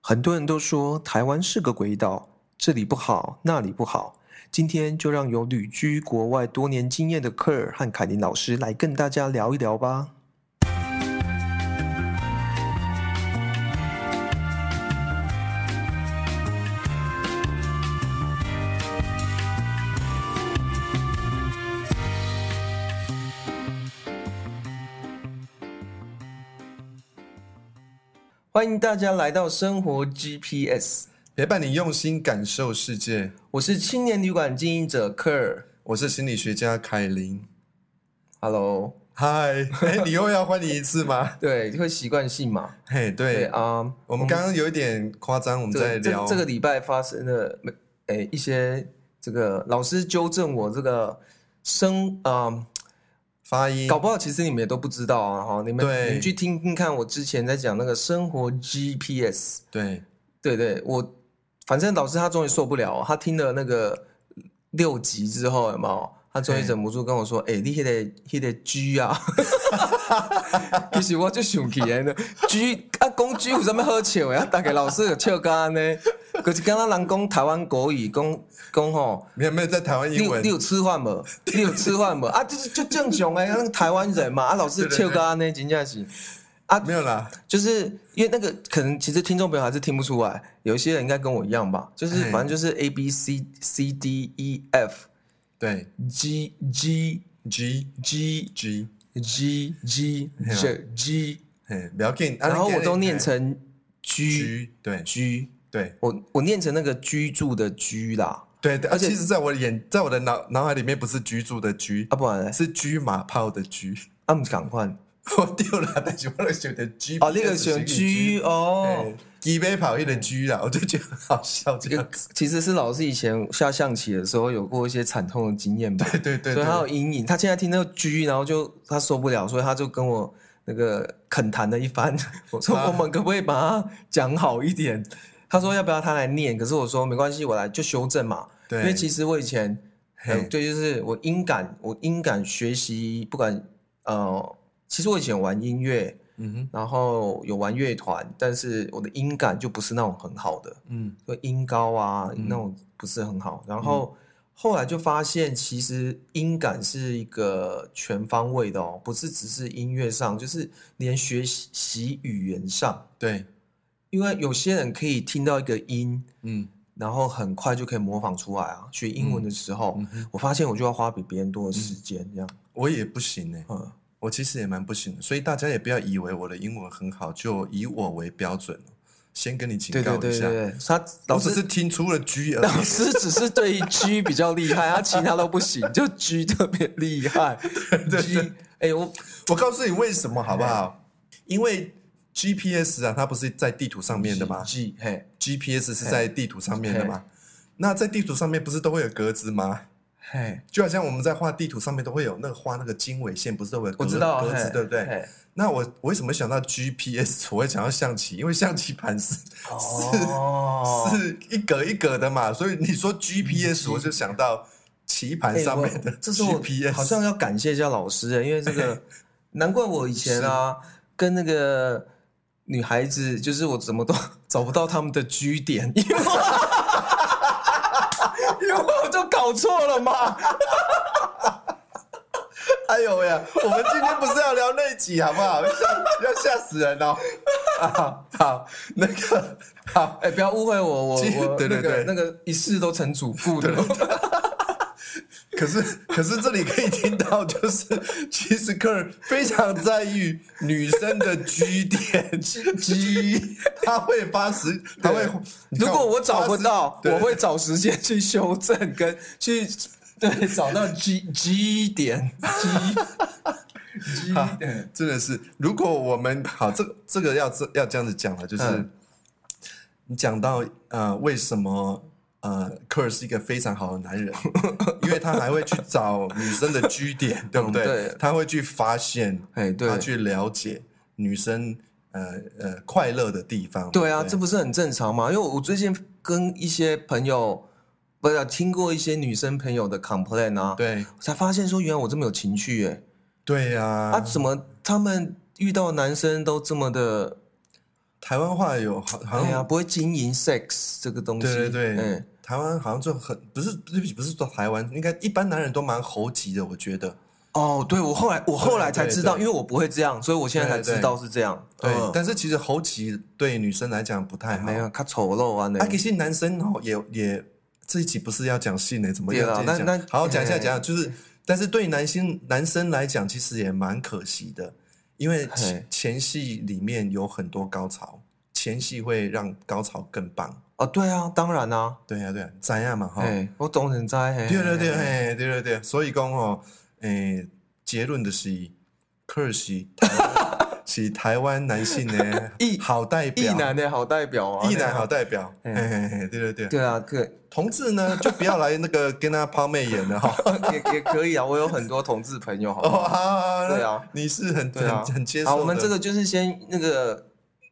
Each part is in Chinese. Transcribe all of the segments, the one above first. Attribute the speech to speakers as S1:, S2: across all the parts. S1: 很多人都说台湾是个鬼岛，这里不好，那里不好。今天就让有旅居国外多年经验的科尔和凯琳老师来跟大家聊一聊吧。欢迎大家来到生活 GPS，
S2: 陪伴你用心感受世界。
S1: 我是青年旅馆经营者科尔。
S2: 我是心理学家凯琳。
S1: Hello，
S2: 嗨， 哎，你又要欢迎一次吗？
S1: 对，会习惯性嘛？
S2: 嘿，对，
S1: 啊、
S2: 我们刚刚有一点夸张，我们
S1: 这
S2: 在
S1: 个
S2: 聊
S1: 这这个礼拜发生的没诶、一些这个老师纠正我这个生啊、
S2: 发音
S1: 搞不好其实你们也都不知道啊哈，你们
S2: 对
S1: 你们去听听看，我之前在讲那个生活 GPS，
S2: 对，
S1: 对对，我反正老师他终于受不了，他听了那个六集之后有没有？他终于
S2: 嘿
S1: 忍不住跟我说：“哎、你迄、个迄、个 G 啊， 其实我就想起来呢，G 啊，讲 G 有什么好笑的？啊，大概老师有笑干呢，可是刚刚人讲台湾国语，讲讲吼。”
S2: 你有没有在台湾
S1: 你
S2: 英
S1: 有
S2: 文
S1: 你？有吃饭 无？你有吃饭无？啊，就是就正常哎，那个台湾人 嘛，啊，老师
S2: 对对
S1: 笑到安尼，真正是，
S2: 没有啦，
S1: 就是因为那个可能其实听众朋友还是听不出来，有一些人应该跟我一样吧，就是
S2: 哎
S1: 反正就是 A B C C D E F
S2: 对
S1: G G
S2: ，G
S1: G
S2: G，
S1: G G
S2: 哎呀
S1: G G，
S2: 嘿，不要紧。啊
S1: 然后
S2: 你
S1: 我
S2: 给
S1: 都念
S2: 嘿
S1: 成 G
S2: G，对
S1: G，
S2: 对
S1: 我我念成那个居住的居啦，
S2: 对对，
S1: 而
S2: 而
S1: 且
S2: 且其实在我的眼，在我的脑脑海里面不是居住的居
S1: 啊，，不然呢
S2: 是车马炮的车。
S1: 啊唔赶快，
S2: 我丢了，但是我就选的 G，
S1: 哦，那个选 G 哦。
S2: 哦，鸡尾跑一的 G 啦，我就觉得很好笑这
S1: 这
S2: 样
S1: 个呃其实是老师以前下象棋的时候有过一些惨痛的经验吧，
S2: 对对对
S1: 所以
S2: 对，
S1: 他有阴影。他现在听到 G，然后就他受不了，所以他就跟我那个恳谈了一番， 我说
S2: 他
S1: 我们可不可以把它讲好一点？他说要不要他来念？可是我说没关系，我来就修正嘛。
S2: 对
S1: 因为其实我以前，
S2: 嘿
S1: 呃对，就是我音感，我音感学习不管呃，其实我以前玩音乐，
S2: 嗯哼，
S1: 然后有玩乐团，但是我的音感就不是那种很好的。
S2: 嗯，
S1: 就音高啊
S2: 嗯
S1: 那种不是很好。然后后来就发现，其实音感是一个全方位的哦，不是只是音乐上，就是连学习语言上，
S2: 对，
S1: 因为有些人可以听到一个音，
S2: 嗯
S1: 然后很快就可以模仿出来啊。学英文的时候，
S2: 嗯哼，嗯
S1: 我发现我就要花比别人多的时间，这样，
S2: 我也不行呢、
S1: 嗯，
S2: 我其实也蛮不行的，所以大家也不要以为我的英文很好，就以我为标准哦先跟你警
S1: 对
S2: 告
S1: 对对
S2: 一下，
S1: 对， 他老
S2: 我只
S1: 师
S2: 是听出了呃 G 而
S1: 老
S2: 已。
S1: 师只是对 G 比较厉害，他其他都不行，就 G 特别厉 害。G，哎、我
S2: 我告诉你为什么好不好？因为 GPS 啊，它不是在地图上面的吗
S1: G，嘿，
S2: ？GPS 是在地图上面的吗？那在地图上面不是都会有格子吗？
S1: 嘿，
S2: 就好像我们在画地图上面都会有那个画那个经纬线，不是都会有格
S1: 我知道，
S2: 格子，
S1: 嘿
S2: 对不对？
S1: 嘿
S2: 那我我为什么想到 GPS？我会 想到象棋，因为象棋盘是、
S1: 哦，嗯
S2: 是一格一格的嘛，所以你说 GPS，我就想到棋盘
S1: 哎
S2: 上
S1: 我
S2: 面的 GPS、
S1: 这是我好像要感谢一下老师，因为这个，难怪我以前啊，跟那个女孩子，就是我怎么都 找不到他们的居 点，因为我因为我就搞错了嘛。
S2: 哎呦呀，我们今天不是要聊那一集好不好？ 要要吓死人哦！ 啊，好，那个好，
S1: 哎，不要误会我，我
S2: 其实
S1: 我
S2: 对
S1: 那个
S2: 对对
S1: 那个一世都成主顾的，
S2: 可是可是这里可以听到，就是 其实客人非常在意女生的 G 点 G，他会发时，他会。你
S1: 如
S2: 看
S1: 果我找不到，
S2: 对
S1: 我会找时间去修正跟去对找到 G G 点 G G
S2: 啊
S1: 点。
S2: 真的是，如果我们好，这这个要这要这样子讲了，就是、
S1: 嗯
S2: 你讲到呃，为什么呃，科尔是一个非常好的男 人，因为他还会去找女生的据点，对不对？
S1: 嗯对
S2: 他会去发现，
S1: 哎，对
S2: 他啊去了解女生呃呃快乐的地方。
S1: 对啊，
S2: 不
S1: 这不是很正常吗？因为我最近跟一些朋友，不是听过一些女生朋友的 complain 啊，
S2: 对
S1: 我才发现说原来我这么有情趣耶、
S2: 对呀、
S1: 啊啊，怎么他们遇到男生都这么的
S2: 台湾话有好好
S1: 哎呀，
S2: 像
S1: 不会经营 sex 这个东西。
S2: 对对对，
S1: 嗯，
S2: 台湾好像就很不是对不起不是说台湾，应该一般男人都蛮猴急的，我觉得。
S1: 哦，对我后来我后来才知道，
S2: 对对
S1: 因为我不会这样，所以我现在才知道是这样。
S2: 对，
S1: 嗯哎
S2: 但是其实猴急对女生来讲不太好。
S1: 没有，他丑陋啊，那
S2: 啊，其实男生哦也也这一集不是要讲性呢，怎么
S1: 对
S2: 要
S1: 啦
S2: 这样
S1: 那
S2: 讲
S1: 那？
S2: 好好讲一下，
S1: 嘿
S2: 讲一下就是，但是对男性男生来讲，其实也蛮可惜的，因为
S1: 嘿
S2: 前戏里面有很多高潮，前戏会让高潮更棒。
S1: 啊，对啊，当然啊，
S2: 对呀、对呀、怎样嘛哈？
S1: 哎，我懂人在。嘿
S2: 对对
S1: 嘿
S2: 对，
S1: 嘿
S2: 哎，对对对，所以讲哦，诶，结论就是，可惜台 湾是台湾男性呢
S1: 异
S2: 好代
S1: 异
S2: 表，
S1: 男的啊好代表啊，
S2: 异男好代表，
S1: 嘿
S2: 嘿嘿嘿，对对对，
S1: 对啊，可以
S2: 同 志呢就不要来那个跟他抛媚眼了哈。
S1: 也也可以啊，我有很多同志朋友，好不
S2: 哦
S1: 好？
S2: 啊，
S1: 对啊，
S2: 你是很
S1: 对啊
S2: 很很接受
S1: 好，
S2: 的。
S1: 我们这个就是先那个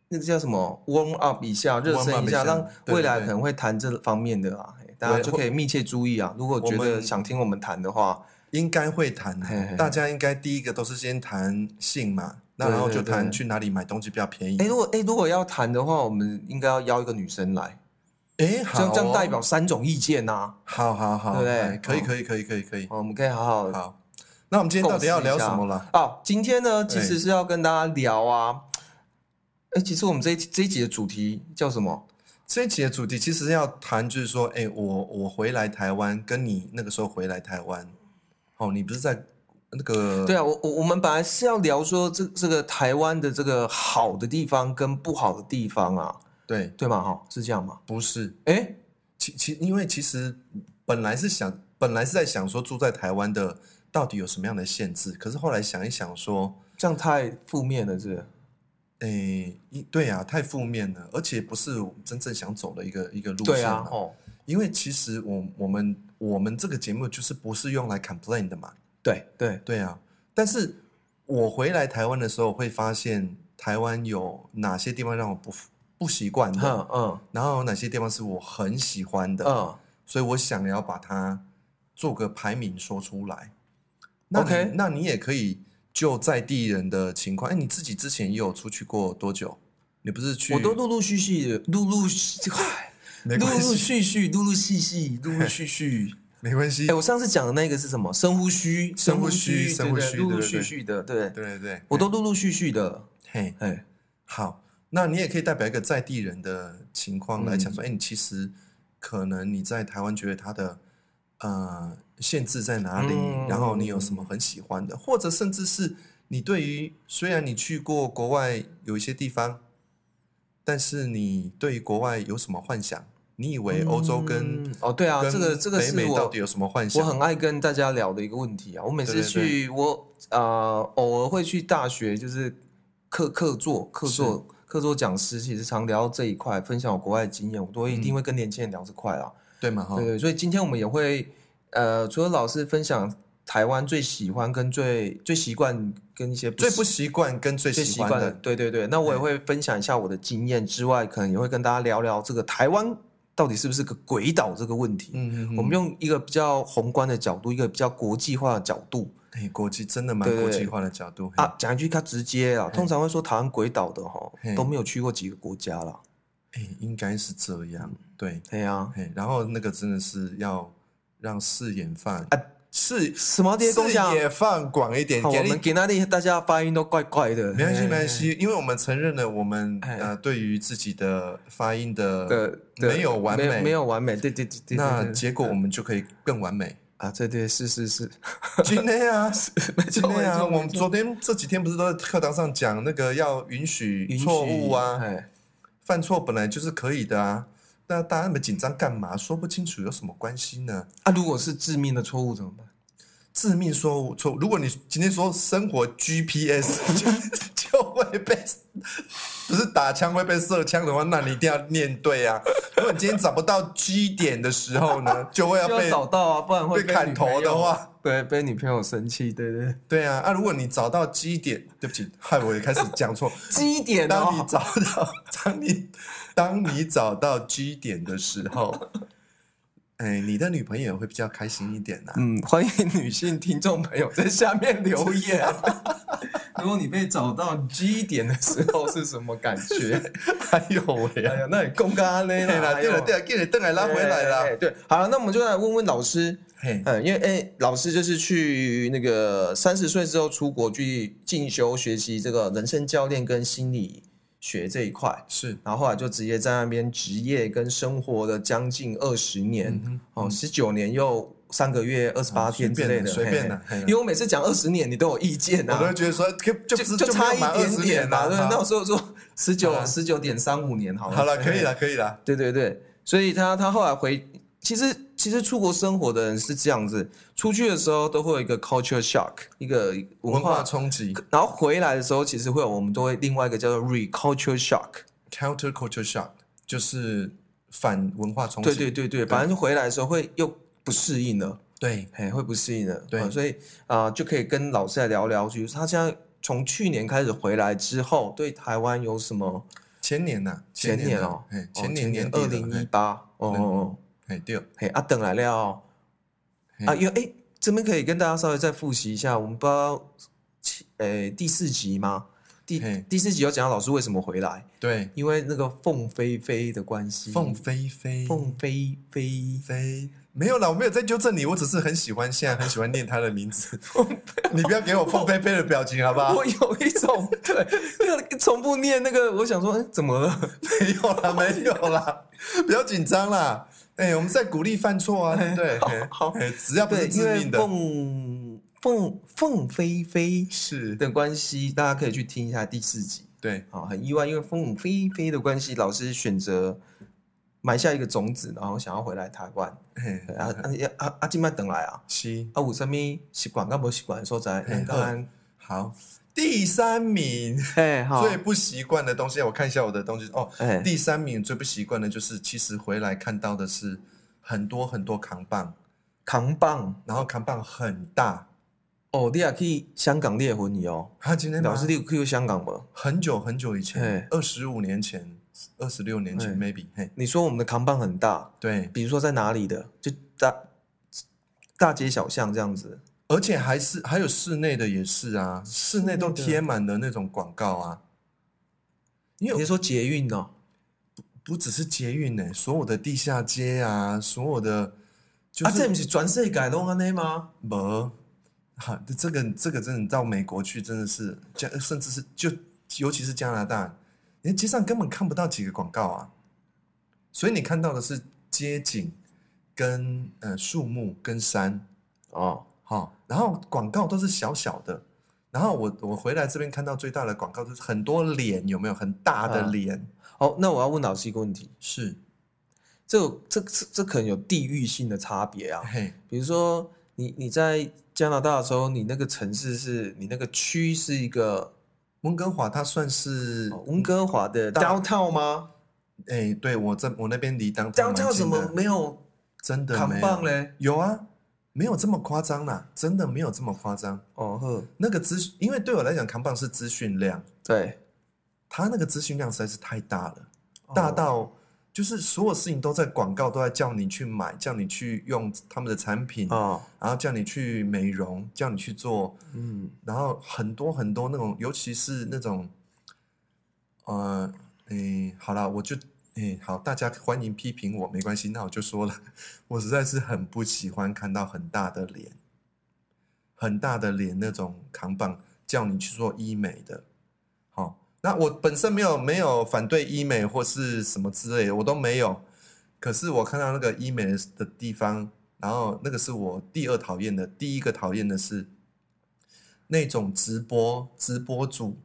S1: 那个叫什么 warm up 一下，热
S2: warm
S1: 身
S2: up
S1: 一
S2: 一
S1: 下，
S2: 下
S1: 让
S2: 对
S1: 未来
S2: 对
S1: 可
S2: 对
S1: 能会谈这方面的啊，嘿大家
S2: 对
S1: 就
S2: 或
S1: 可以密切注意啊。如果觉
S2: 我
S1: 得
S2: 们
S1: 想听我们谈的话，
S2: 应该会谈
S1: 嘿嘿嘿
S2: 的，大家应该第一个都是先谈性嘛，那
S1: 对
S2: 然后
S1: 对
S2: 就
S1: 对
S2: 谈去哪里买东西比较便宜
S1: 哎，。如果哎如果要谈的话，我们应该要邀一个女生来，
S2: 哎，好
S1: 这
S2: 哦，
S1: 样这样代表三种意见呐。
S2: 好好好，
S1: 对不对
S2: 哎可以
S1: 哦
S2: 可以可以可以可以，
S1: 哦我们可以好好
S2: 好。那我们今天到底要聊什么了？
S1: 哦，今天呢，其
S2: 对
S1: 实是要跟大家聊啊，哎、其实我们这一这一集的主题叫什么？
S2: 这一集的主题其实要谈，就是说，哎，我我回来台湾，跟你那个时候回来台湾，哦，你不是在那个
S1: 对啊，我我我们本来是要聊说这这个台湾的这个好的地方跟不好的地方啊，
S2: 对，
S1: 对吗？哈，是这样吗？
S2: 不是
S1: 哎，
S2: 其其因为其实本来是想，本来是在想说住在台湾的到底有什么样的限制，可是后来想一想说，
S1: 这样太负面了，是不是？
S2: 诶，一对啊，太负面了，而且不是我们真正想走的一个一个路
S1: 对
S2: 线
S1: 啊
S2: 嘛，
S1: 哦，
S2: 因为其实我我们我们这个节目就是不是用来 complain 的嘛，
S1: 对对，
S2: 对啊，但是我回来台湾的时候会发现台湾有哪些地方让我不不习惯的，
S1: 嗯嗯
S2: 然后有哪些地方是我很喜欢的，
S1: 嗯，
S2: 所以我想要把它做个排名说出来。那你
S1: OK
S2: 那你也可以就在地人的情况，哎，你自己之前也有出去过多久？你不是去？
S1: 我都陆陆续续的，陆陆续
S2: 没
S1: 陆
S2: 关
S1: 陆
S2: 系，
S1: 续续，陆陆续续，陆陆续续。
S2: 没关系
S1: 哎、。我上次讲的那个是什么？深呼吸，
S2: 深呼
S1: 吸，
S2: 吸深
S1: 对
S2: 呼
S1: 对
S2: 吸
S1: 陆陆
S2: 对对
S1: 续
S2: 对
S1: 续的，对，
S2: 对对对，
S1: 我都陆陆续续的，
S2: 嘿
S1: 哎，
S2: 好。那你也可以代表一个在地人的情况来
S1: 嗯
S2: 讲说，哎、你其实可能你在台湾觉得它的呃限制在哪里，
S1: 嗯
S2: 然后你有什么很喜欢的，或者甚至是你对于虽然你去过国外有一些地方，但是你对于国外有什么幻想？你以为欧洲跟、
S1: 嗯哦，对啊，
S2: 跟
S1: 这个这个
S2: 北
S1: 是
S2: 美到
S1: 我
S2: 底有什么幻
S1: 我
S2: 想？
S1: 很爱跟大家聊的一个问题啊。我每次
S2: 对对对
S1: 去我呃偶尔会去大学就是客客座客座客座讲师，其实常聊到这一块，分享我国外的经验，我都会一
S2: 嗯
S1: 定会跟年轻人聊这块啊。
S2: 对嘛哈
S1: 对，对，所以今天我们也会呃，除了老师分享台湾最喜欢跟最最习惯跟一些
S2: 最不习惯跟最
S1: 最
S2: 喜
S1: 习
S2: 欢
S1: 惯的，
S2: 的，
S1: 对对对。那我也会分享一下我的经验之外，可能也会跟大家聊聊这个台湾到底是不是个鬼岛这个问题。
S2: 嗯嗯
S1: 我们
S2: 用
S1: 用一个比较宏观的角度，一个比较国际化的角度
S2: 哎国际真的蛮
S1: 对对
S2: 国
S1: 对
S2: 际化的角度嘿
S1: 啊，讲一句它直接啊，通常会说台湾鬼岛的哈
S2: 嘿
S1: 都没有去过几个国家啦。
S2: 哎、应该是这样，对，
S1: 对呀，
S2: 哎，然后那个真的是要让视野放
S1: 啊，
S2: 视
S1: 什么这些共
S2: 视
S1: 享？
S2: 野放广一点，
S1: 好，
S2: 给
S1: 我
S2: 力
S1: 们给那里大家发音都怪怪的，
S2: 没关系，
S1: 嘿
S2: 没关。系，因为我们承认了我们
S1: 哎
S2: 呃对于自己的发音的，
S1: 的的
S2: 没有完美
S1: 没有没有完美，对对对对。
S2: 那
S1: 对对嗯
S2: 结果我们就可以更完美。
S1: 啊，对对是是 是，
S2: 今 天啊，
S1: 没
S2: 今
S1: 错没
S2: 天啊，
S1: 错
S2: 我们昨天这几天不是都在课堂上讲那个要允许
S1: 允许
S2: 错误啊，
S1: 哎
S2: 犯错本来就是可以的啊。那大家那么紧张干嘛？说不清楚有什么关系呢？
S1: 啊，如果是致命的错误怎么办？
S2: 致命错误错误。如果你今天说生活 GPS 就就会被，不是打枪会被射枪的话，那你一定要念对啊。如果你今天找不到 G 点的时候呢，就会要
S1: 要
S2: 被
S1: 找到啊，不然会
S2: 被砍头的，话，
S1: 对，被女朋友生气，对对对。
S2: 对啊。啊，如果你找到 G 点，对不起，害我也开始 讲错。
S1: 基点
S2: 当你
S1: 哦，
S2: 找到，当你当你找到 G 点的时候，哎，你的女朋友会比 较开心一点呐、啊
S1: 嗯，欢迎女性听众朋友在下面留言。如果你被找到 G 点的时候是什么感觉？
S2: 哎呦喂
S1: 哎
S2: 呀！
S1: 呀，那你公干呢？
S2: 对啦，对了，对了，给你邓来拉回
S1: 哎
S2: 来啦。
S1: 对，好了，那我们就来问问老师，
S2: 嘿，
S1: 嗯，因为哎、老师就是去那个三十岁之后出国去进修学习这个人生教练跟心理学这一块，
S2: 是，
S1: 然后后来就直接在那边职业跟生活了将近二十年，
S2: 嗯哦
S1: 哦，十九年又三个月二十八天之类的，
S2: 随
S1: 的
S2: 便啦随便啦嘿啦
S1: 因为我每次讲二十年，你都有意见
S2: 我都
S1: 啊。
S2: 觉得说，就
S1: 就
S2: 就不是
S1: 就差
S2: 没有满
S1: 一点
S2: 20
S1: 点
S2: 年
S1: 啦，对，那
S2: 好
S1: 我说 说十
S2: 好
S1: 九
S2: 啦
S1: 十九点三五年好了，
S2: 好了，可以了，可以了。
S1: 对对对，所以他他后来回，其实其实出国生活的人是这样子，出去的时候都会有一个 culture shock，一个文
S2: 文
S1: 化，
S2: 化冲击
S1: 然后回来的时候其实会有我们都会另外一个叫做 re culture shock，
S2: （counter culture shock） 就是反文化冲击。
S1: 对对对对，反正回来的时候会又不适应了，
S2: 对，
S1: 嘿，会不适应了，
S2: 对
S1: 啊所以啊、就可以跟老师来聊聊，就是他现在从去年开始回来之后，对台湾有什么？
S2: 前年呐，
S1: 前
S2: 年
S1: 年哦
S2: 啊嘿，
S1: 哦
S2: 前年年底
S1: 二
S2: 了
S1: 零一，八，哦哦哦。
S2: 哎，对，
S1: 嘿，啊，等来了哦、
S2: 嘿
S1: 啊，因为哎、这边可以跟大家稍微再复习一下，我们不知道，呃，第四集吗？第
S2: 嘿
S1: 第四集有讲到老师为什么回来，
S2: 对，
S1: 因为那个凤飞飞的关系，
S2: 凤飞飞，
S1: 嗯凤飞飞，
S2: 飞。没有啦，我没有在纠正你，我只是很喜欢，现在很喜欢念他的名字。 你不要给我凤飞飞的表情，好不 好？
S1: 我有一种对，那个重复念那个，我想说，嗯，怎么了？
S2: 没有啦，没有啦，不要紧张啦。哎、我们在鼓励犯错啊，对不对？哎
S1: 好
S2: 哎只要不
S1: 对，因
S2: 是致
S1: 为
S2: 命的，
S1: 凤凤凤飞飞
S2: 是，
S1: 的关系，大家可以去听一下第四集。
S2: 对，
S1: 啊，很意外，因为凤飞飞的关系，老师选择埋下一个种子，然后想要回来台湾。
S2: 嘿
S1: 对啊啊啊啊！今麦等来啊，
S2: 是
S1: 啊有啥物习惯跟无习惯的所在？
S2: 嘿
S1: 咱刚刚
S2: 好。第三名
S1: 嘿好，
S2: 最不习惯的东西，哎我看一下我的东西哦。
S1: 哎
S2: 第三名最不习惯的就是，其实回来看到的是很多很多扛棒，
S1: 扛棒
S2: 然后扛棒很大。
S1: 哦，你也去香港猎魂你哦，
S2: 他今天
S1: 老师
S2: 把
S1: 你有去过香港无？
S2: 很久很久以前
S1: 嘿，
S2: 二十五年前、二十六年前
S1: 嘿
S2: ，maybe，嘿，
S1: 你说我们的扛棒很大，
S2: 对，
S1: 比如说在哪里的？就大大街小巷这样子。
S2: 而且还是还有室内的也是啊，室内都
S1: 室内的
S2: 贴满了那种广告啊。因
S1: 你
S2: 为
S1: 是说捷运哦？
S2: 不只是捷运呢、所有的地下街啊，所有的就
S1: 啊，这
S2: 是
S1: 不是全世界啊都安尼吗？
S2: 没哈、这个这个真的到美国去真的是加，甚至是就尤其是加拿大，你在街上根本看不到几个广告啊，所以你看到的是街景跟呃树木跟山，
S1: 哦，
S2: 好、然后广告都是小小的，然后我我回来这边看到最大的广告就是很多脸，有没有很大的
S1: 啊
S2: 脸？
S1: 好，那我要问老师一个问题。
S2: 是，
S1: 这有这这这可能有地域性的差别啊。
S2: 嘿，
S1: 比如说你你在加拿大的时候，你那个城市是你那个区是一个
S2: 温哥华它算是
S1: 哦温，哥华的
S2: 大
S1: downtown 吗
S2: 哎，对我这我那边离当地
S1: ？downtown 怎么没有
S2: 真的
S1: 扛
S2: 没
S1: 棒
S2: 有
S1: 嘞？
S2: 有啊，没有这么夸张啦，真的没有这么夸张。
S1: 哦呵，
S2: 那个资，因为对我来讲，扛棒是资讯量，
S1: 对，
S2: 它那个资讯量实在是太大了。大
S1: 哦
S2: 到就是所有事情都在广告，都在叫你去买，叫你去用他们的产品，
S1: 哦，
S2: 然后叫你去美容，叫你去做，
S1: 嗯，
S2: 然后很多很多那种，尤其是那种，呃，诶，好啦，我就诶，好，大家欢迎批评我，没关系，那我就说了， 我实在是很不喜欢看到很大的脸，很大的脸那种扛棒叫你去做医美的，好、那我本身没有没有反对医美或是什么之类的，我都没有。可是我看到那个医美的地方，然后那个是我第二讨厌的，第一个讨厌的是那种直播直播主，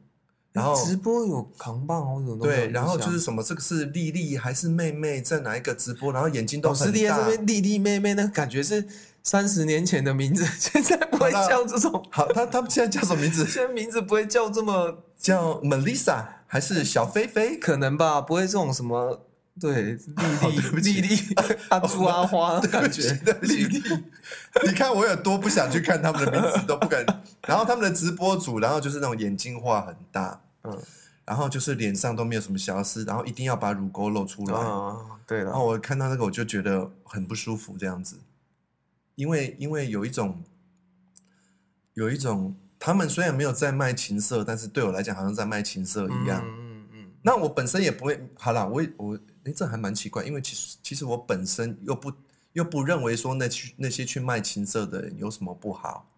S2: 然后
S1: 直播有扛棒哦，什么
S2: 对，然后就是什么这个是丽丽还是妹妹在哪一个直播，然后眼睛都
S1: 老师
S2: 很
S1: 爹这
S2: 大。
S1: 边弟弟妹妹，那个感觉是三十年前的名字，现在不会
S2: 好啦
S1: 叫这 种，
S2: 好，他他们现在叫什么名字？
S1: 现在名字不会叫这么
S2: 叫 Melissa 还是小菲菲？
S1: 可能吧，不会这种什么对
S2: 哦对不
S1: 丽
S2: 起
S1: 丽丽 丽阿朱阿花的感觉，
S2: 对不起，你看我有多不想去看他们的名字，都不敢。然后他们的直播主，然后就是那种眼睛画很大，
S1: 嗯
S2: 然后就是脸上都没有什么瑕疵，然后一定要把乳沟露出来。
S1: 啊，对
S2: 然
S1: 了，
S2: 后我看到那个，我就觉得很不舒服，这样子，因为因为有一种有一种他们虽然没有在卖情色，但是对我来讲好像在卖情色一样。
S1: 嗯嗯嗯，
S2: 那我本身也不会，好啦，我也我哎，这还蛮奇怪，因为其实其实我本身又不又不认为说那去那些去卖情色的人有什么不好，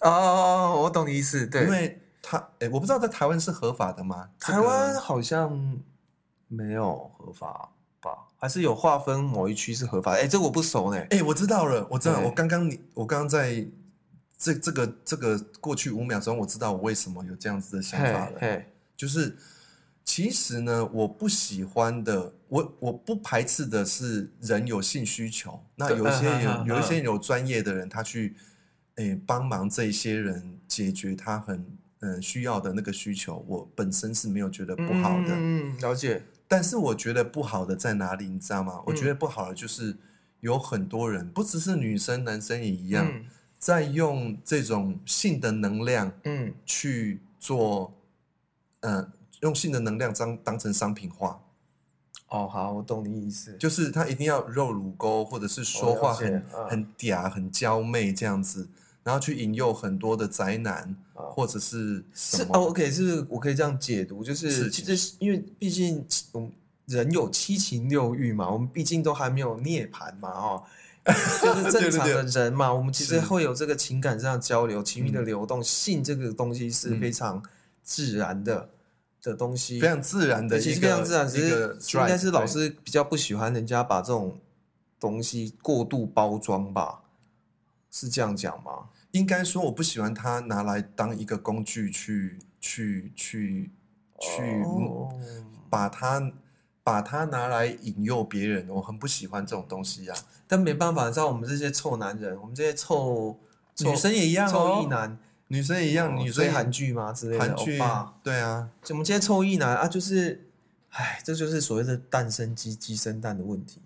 S1: 哦哦哦，我懂你意思，对，
S2: 因为他哎，我不知道在台湾是合法的吗？这
S1: 台
S2: 个
S1: 湾好像没有合法吧？还是有划分某一区是合法的？哎、这个我不熟呢。
S2: 哎、我知道了，我知道，
S1: 对
S2: 我刚刚你，我刚刚在这这个这个过去五秒钟，我知道我为什么有这样子的想法了，
S1: 嘿，
S2: 就是其实呢，我不喜欢的，我我不排斥的是人有性需求，那
S1: 对
S2: 有一些
S1: 嗯嗯
S2: 有、
S1: 嗯
S2: 有一
S1: 嗯
S2: 些人有专业的人，他去诶帮忙这些人解决他很嗯、呃需要的那个需求，我本身是没有觉得不好的，
S1: 嗯，嗯嗯了解。
S2: 但是我觉得不好的在哪里，你知道吗？我
S1: 嗯
S2: 觉得不好的就是有很多人，不只是女生，男生也一样，
S1: 嗯
S2: 在用这种性的能量
S1: 嗯，
S2: 去做，呃，用性的能量当当成商品化，
S1: 哦，好，我懂你意思。
S2: 就是他一定要肉乳沟，或者是说
S1: 我了
S2: 话
S1: 解
S2: 很、
S1: 嗯
S2: 很嗲、很娇媚这样子，然后去引诱很多的宅男，
S1: 哦
S2: 或者是什
S1: 是
S2: 么？
S1: 哦，OK，是我可以这样解读，就是
S2: 是
S1: 其
S2: 是
S1: 实因为毕竟我们人有七情六欲嘛，我们毕竟都还没有涅槃嘛， 哦。就是正常的人嘛，我们其实
S2: 是
S1: 会有这个情感上的交流、情欲的
S2: 嗯
S1: 流动，性这个东西是
S2: 嗯
S1: 非常自然的的东西，
S2: 非常自然的
S1: 对其
S2: 一个，
S1: 实非常自然，只
S2: 一个
S1: 是应该
S2: drive，
S1: 是老
S2: 对
S1: 师比较不喜欢人家把这种东西过度包装吧，是这样讲吗？
S2: 应该说我不喜欢它拿来当一个工具去去去去、
S1: 哦
S2: 把它把它拿来引诱别人，我很不喜欢这种东西呀、
S1: 但没办法，像我们这些臭男人，我们这些臭臭
S2: 女生也一样
S1: 臭意
S2: 哦，
S1: 男，
S2: 女生也一样，
S1: 哦
S2: 女
S1: 追
S2: 生
S1: 韩剧吗之类的
S2: 韩剧
S1: 欧巴，
S2: 对啊，
S1: 就我们这些臭意男啊，就是，哎，这就是所谓的蛋生鸡，鸡生蛋的问题，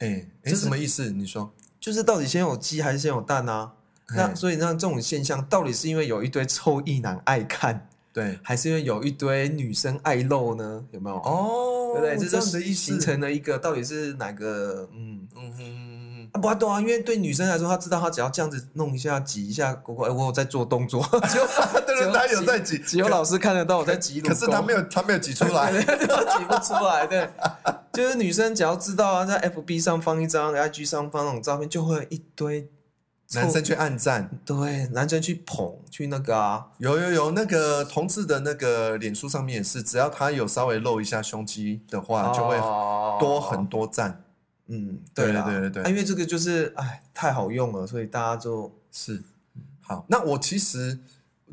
S2: 哎哎，
S1: 就是
S2: 什么意思？你说，
S1: 就是到底先有鸡还是先有蛋啊？那
S2: 哎
S1: 所以那这种现象，到底是因为有一堆臭意男爱看，
S2: 对
S1: 还是因为有一堆女生爱露呢？有没有？，
S2: 哦
S1: 对不对？
S2: 这
S1: 就
S2: 样的
S1: 是
S2: 意
S1: 形
S2: 思，
S1: 成了一个到底是哪个嗯。
S2: 嗯哼嗯哼
S1: 啊，不懂啊，因为对女生来说，她知道她只要这样子弄一下、挤一下，狗狗，哎，我有在做动作， 只有
S2: 嗯，对
S1: 只有
S2: 对，他有
S1: 挤
S2: 在挤，
S1: 只有老师看得到我在挤乳
S2: 可是他没
S1: 有
S2: 有他没有挤出 来，
S1: 挤不出来，对， 就是女生只要知道啊，在 FB 上放一张、IG 上放那种照片，就会有一堆臭
S2: 男生去暗赞。
S1: 对男生去捧去那个啊，
S2: 有有有，那个同志的那个脸书上面也是，只要他有稍微露一下胸肌的话，就会
S1: 哦
S2: 多很多赞。
S1: 嗯，
S2: 对
S1: 啦
S2: 对对对对
S1: 啊因为这个就是哎太好用了，所以大家就。
S2: 是，好，那我其实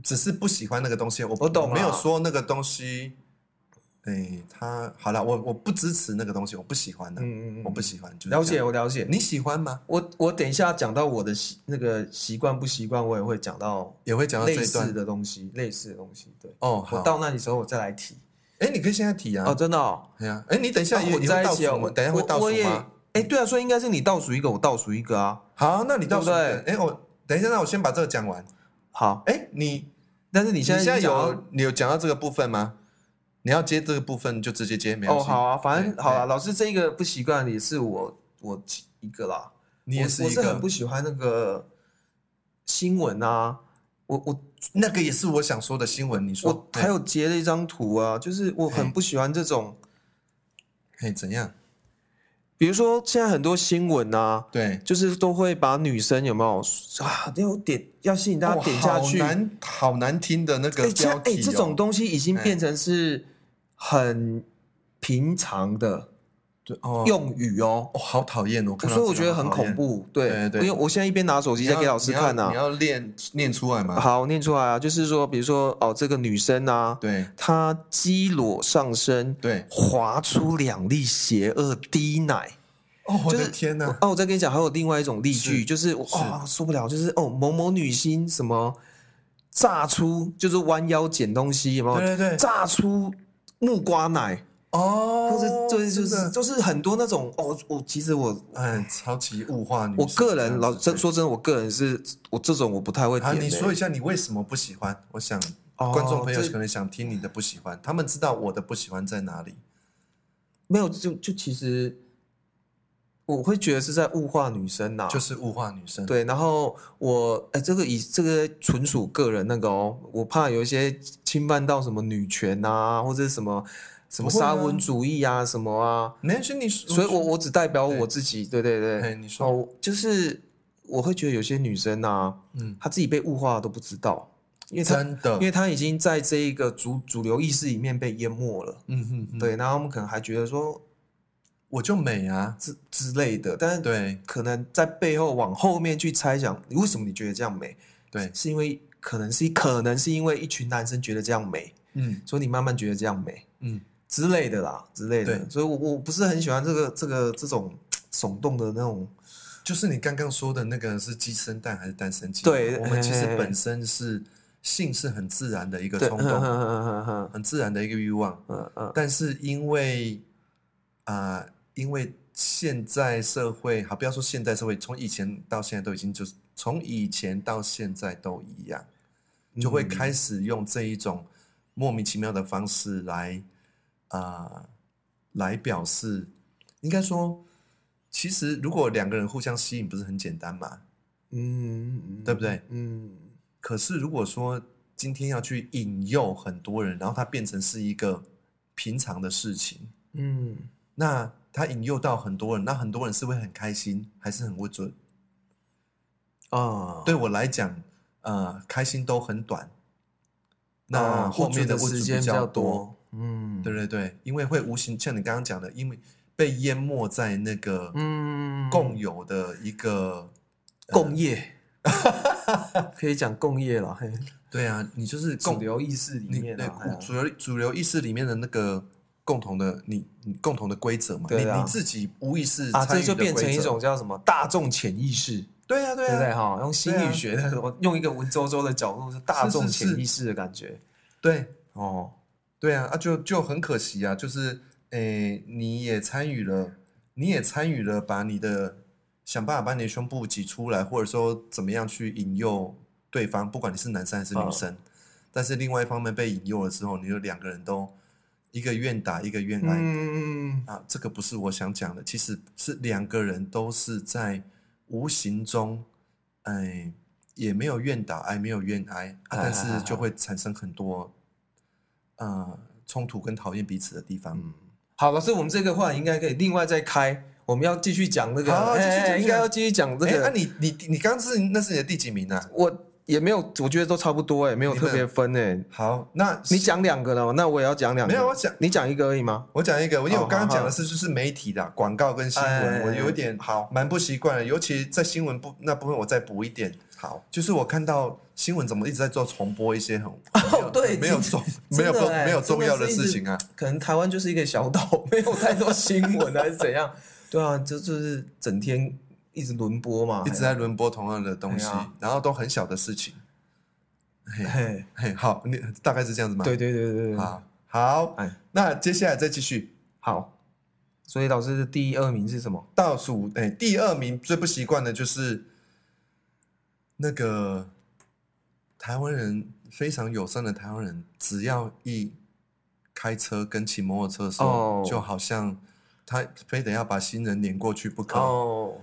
S2: 只是不喜欢那个东西，我
S1: 我懂啊
S2: 没有说那个东西，哎，他好了，我我不支持那个东西，我不喜欢的，
S1: 嗯嗯嗯
S2: 我不喜欢。就是这样
S1: 了解，，我了解。
S2: 你喜欢吗？
S1: 我我等一下讲到我的习那个习惯不习惯，我也会讲到
S2: 也会讲到
S1: 类
S2: 这一
S1: 似
S2: 段
S1: 的东西，类似的东西。对，
S2: 哦。
S1: 我
S2: 好，
S1: 到那里时候我再来提。
S2: 哎，你可以现在提啊
S1: 哦，。真的哦，
S2: 对啊，哎，你等一下
S1: 那
S2: 也
S1: 混
S2: 也
S1: 在
S2: 会
S1: 一
S2: 倒
S1: 起
S2: 数
S1: 哦。
S2: 吗？等一下会倒
S1: 我我
S2: 数
S1: 也
S2: 吗？
S1: 哎，对啊，所以应该是你倒数一个，我倒数一个啊。
S2: 好，那你倒数一
S1: 对不
S2: 个。哎，我等一下，那我先把这个讲完。
S1: 好，
S2: 哎，你
S1: 但是你
S2: 你
S1: 现
S2: 现在
S1: 在
S2: 有你有讲到这个部分吗？你要接这个部分就直接接，没有
S1: 哦，好啊，反正
S2: 对
S1: 好啊。
S2: 对
S1: 老师这一个不习惯也是我我一个啦。
S2: 你
S1: 我
S2: 也
S1: 我
S2: 一
S1: 是很
S2: 个
S1: 不，喜欢那个新闻啊，我我
S2: 那个也是我想说的新闻。你说
S1: 我还有截了一张图啊，就是我很
S2: 嘿
S1: 不喜欢这种。
S2: 哎怎样？
S1: 比如说现在很多新闻啊，
S2: 对，
S1: 就是都会把女生有没有啊，要点要吸引大家点下去，
S2: 哦好
S1: 哎、
S2: 难好难听的那个
S1: 这
S2: 标
S1: 样
S2: 题
S1: 哎
S2: 哦。
S1: 这种东西已经变成是很平常的
S2: 对哦，
S1: 用语哦，
S2: 哦好讨厌哦，看到
S1: 所以我
S2: 这
S1: 觉
S2: 个
S1: 得
S2: 好
S1: 很
S2: 讨
S1: 恐。
S2: 厌
S1: 怖，对，
S2: 对对
S1: 因为我现在一边拿手机
S2: 你
S1: 在
S2: 要
S1: 给老师
S2: 你要
S1: 看
S2: 你
S1: 啊，
S2: 要念念出来吗？
S1: 好念出来啊，就是说，比如说哦，这个女生啊，
S2: 对
S1: 她肌裸上身，
S2: 对，
S1: 划出两粒邪恶滴奶。
S2: 哦我
S1: 就
S2: 的
S1: 是
S2: 天哪！
S1: 哦，我再跟你讲，还有另外一种例句，
S2: 是
S1: 就是哇受不了，就是哦某某女星什么炸出，就是弯腰捡东西，有没有？
S2: 对对对
S1: 炸出木瓜奶，
S2: 哦，
S1: 或者对，就
S2: 真
S1: 是
S2: 的
S1: 就是很多那种哦，我其实我
S2: 哎，超级物化女性这
S1: 我
S2: 样子。
S1: 个人老真
S2: 对
S1: 说真的，我个人是我这种我不太会
S2: 啊，
S1: 点、欸。
S2: 你说一下你为什么不喜欢？我想
S1: 哦
S2: 观众朋友
S1: 这
S2: 可能想听你的不喜欢，他们知道我的不喜欢在哪里。
S1: 没有？就就其实我会觉得是在物化女生呐、
S2: 就是物化女生。，
S1: 啊对，然后我哎，这个以这个纯属个人那个哦，我怕有一些侵犯到什么女权啊，或者什么什么
S2: 不会啊
S1: 沙文主义啊什么啊，
S2: 没事，你所
S1: 所以我我只代表
S2: 对
S1: 我自己，对对
S2: 哎，
S1: 对，
S2: 你说，
S1: 哦，就是我会觉得有些女生啊，
S2: 嗯，
S1: 她自己被物化都不知道，因为她
S2: 真的
S1: 因，为她已经在这一个主主流意识里面被淹没了，
S2: 嗯哼哼，
S1: 对，然后我们可能还觉得说
S2: 我就美啊，
S1: 之之类的，但是
S2: 对
S1: 可能在背后往后面去猜想，你为什么你觉得这样美？
S2: 对，
S1: 是因为可能是可能是因为一群男生觉得这样美，
S2: 嗯
S1: 所以你慢慢觉得这样美
S2: 嗯，
S1: 之类的啦，之类的。
S2: 对
S1: 所以我我不是很喜欢这个这个这种耸动的那种，
S2: 就是你刚刚说的那个是鸡生蛋还是蛋生鸡？啊
S1: 对
S2: 我们其实
S1: 哎
S2: 本身是性是很自然的一个
S1: 对，
S2: 冲
S1: 嗯
S2: 动，
S1: 嗯嗯
S2: 很自然的一个欲望，
S1: 嗯嗯
S2: 但是因为啊、呃因为现在社会，好不要说现代社会，从以前到现在都已经就是从以前到现在都一样，
S1: 嗯，
S2: 就会
S1: 嗯
S2: 开始用这一种莫名其妙的方式来啊、呃来表示，应该说。其实，如果两个人互相吸引，不是很简单嘛？
S1: 嗯，嗯
S2: 对不对？
S1: 嗯，
S2: 可是如果说今天要去引诱很多人，然后它变成是一个平常的事情，
S1: 嗯，
S2: 那它引诱到很多人，那很多人是会很开心，还是很不准？
S1: 啊，
S2: 对我来讲，呃，开心都很短，
S1: 啊
S2: 那嗯后面
S1: 的
S2: 物质
S1: 时间
S2: 比
S1: 比
S2: 较
S1: 较
S2: 多，，
S1: 嗯，
S2: 对对对，因为会无形，像你刚刚讲的，因为被淹没在那个
S1: 嗯，
S2: 共有的一个，
S1: 共 业，可以讲共业了，嘿，
S2: 对啊，你就是
S1: 主
S2: 共
S1: 流意识里
S2: 你
S1: 面
S2: 对
S1: 啊哎呀
S2: 主流主流意识里面的那个共同的你你共同的规则嘛，
S1: 对啊
S2: 你你自己无意识
S1: 啊，
S2: 参
S1: 这
S2: 与
S1: 就
S2: 的
S1: 变成
S2: 规
S1: 一
S2: 则
S1: 种叫什么大众潜意识。
S2: 对啊对
S1: 对不对
S2: 啊
S1: 哈？用心
S2: 对啊
S1: 理学的，我用一个文绉绉的角度，是大
S2: 是
S1: 众
S2: 是
S1: 潜
S2: 是
S1: 意识的感觉。
S2: 对
S1: 哦，
S2: 对啊啊就就很可惜啊，就是诶你也参与了，你也参与了，把你的想办法把你的胸部挤出来，或者说怎么样去引诱对方，不管你是男生还是女
S1: 嗯
S2: 生，但是另外一方面被引诱了之后，你就两个人都一个愿打一个愿挨，
S1: 嗯，
S2: 啊，这个不是我想讲的，其实是两个人都是在无形中，哎，也没有愿打爱，没有愿挨，啊，但是就会产生很多，呃，冲突跟讨厌彼此的地方。
S1: 好，老师，我们这个话应该可以另外再开，我们要继续讲这个，
S2: 好继续
S1: 哎
S2: 继续
S1: 应该要继续讲这
S2: 哎，那
S1: 个。
S2: 你你你刚刚是那是你的第几名啊？
S1: 我也没有，我觉得都差不多哎，没有
S2: 你
S1: 特
S2: 们
S1: 别分哎。
S2: 好，那
S1: 你讲两个了，那我也要讲两个。
S2: 没有我讲
S1: 你讲一个而已吗？
S2: 我讲一个，因为
S1: 好
S2: 我刚刚
S1: 哦好
S2: 讲的是就是媒体的啊广告跟新
S1: 哎
S2: 闻，我有一点
S1: 好
S2: 蛮不习惯的，尤其在新闻部那部分我再补一点。
S1: 好，
S2: 就是我看到新闻怎么一直在做重播一些很
S1: 哦对，
S2: 没有
S1: 真
S2: 重没有
S1: 真的
S2: 重
S1: 哎
S2: 没有重要的
S1: 真的是
S2: 事
S1: 一直
S2: 情啊，
S1: 可能台湾就是一个小岛，没有太多新闻 还是怎样？对啊，就就是整天一直轮播嘛，
S2: 一直在轮播同样的东西
S1: 哎哎呀，
S2: 然后都很小的事情。嘿，
S1: 嘿，
S2: 嘿，好，你大概是这样子吗？
S1: 对，对对对对，
S2: 好，好
S1: 哎，
S2: 那接下来再继续
S1: 好，所以老师的第二名是什么？
S2: 倒数，哎，第二名最不习惯的就是那个台湾人非常友善的台湾人，只要一开车跟骑摩托车的时候，
S1: 哦
S2: 就好像他非得要把新人撵过去不可。
S1: 哦，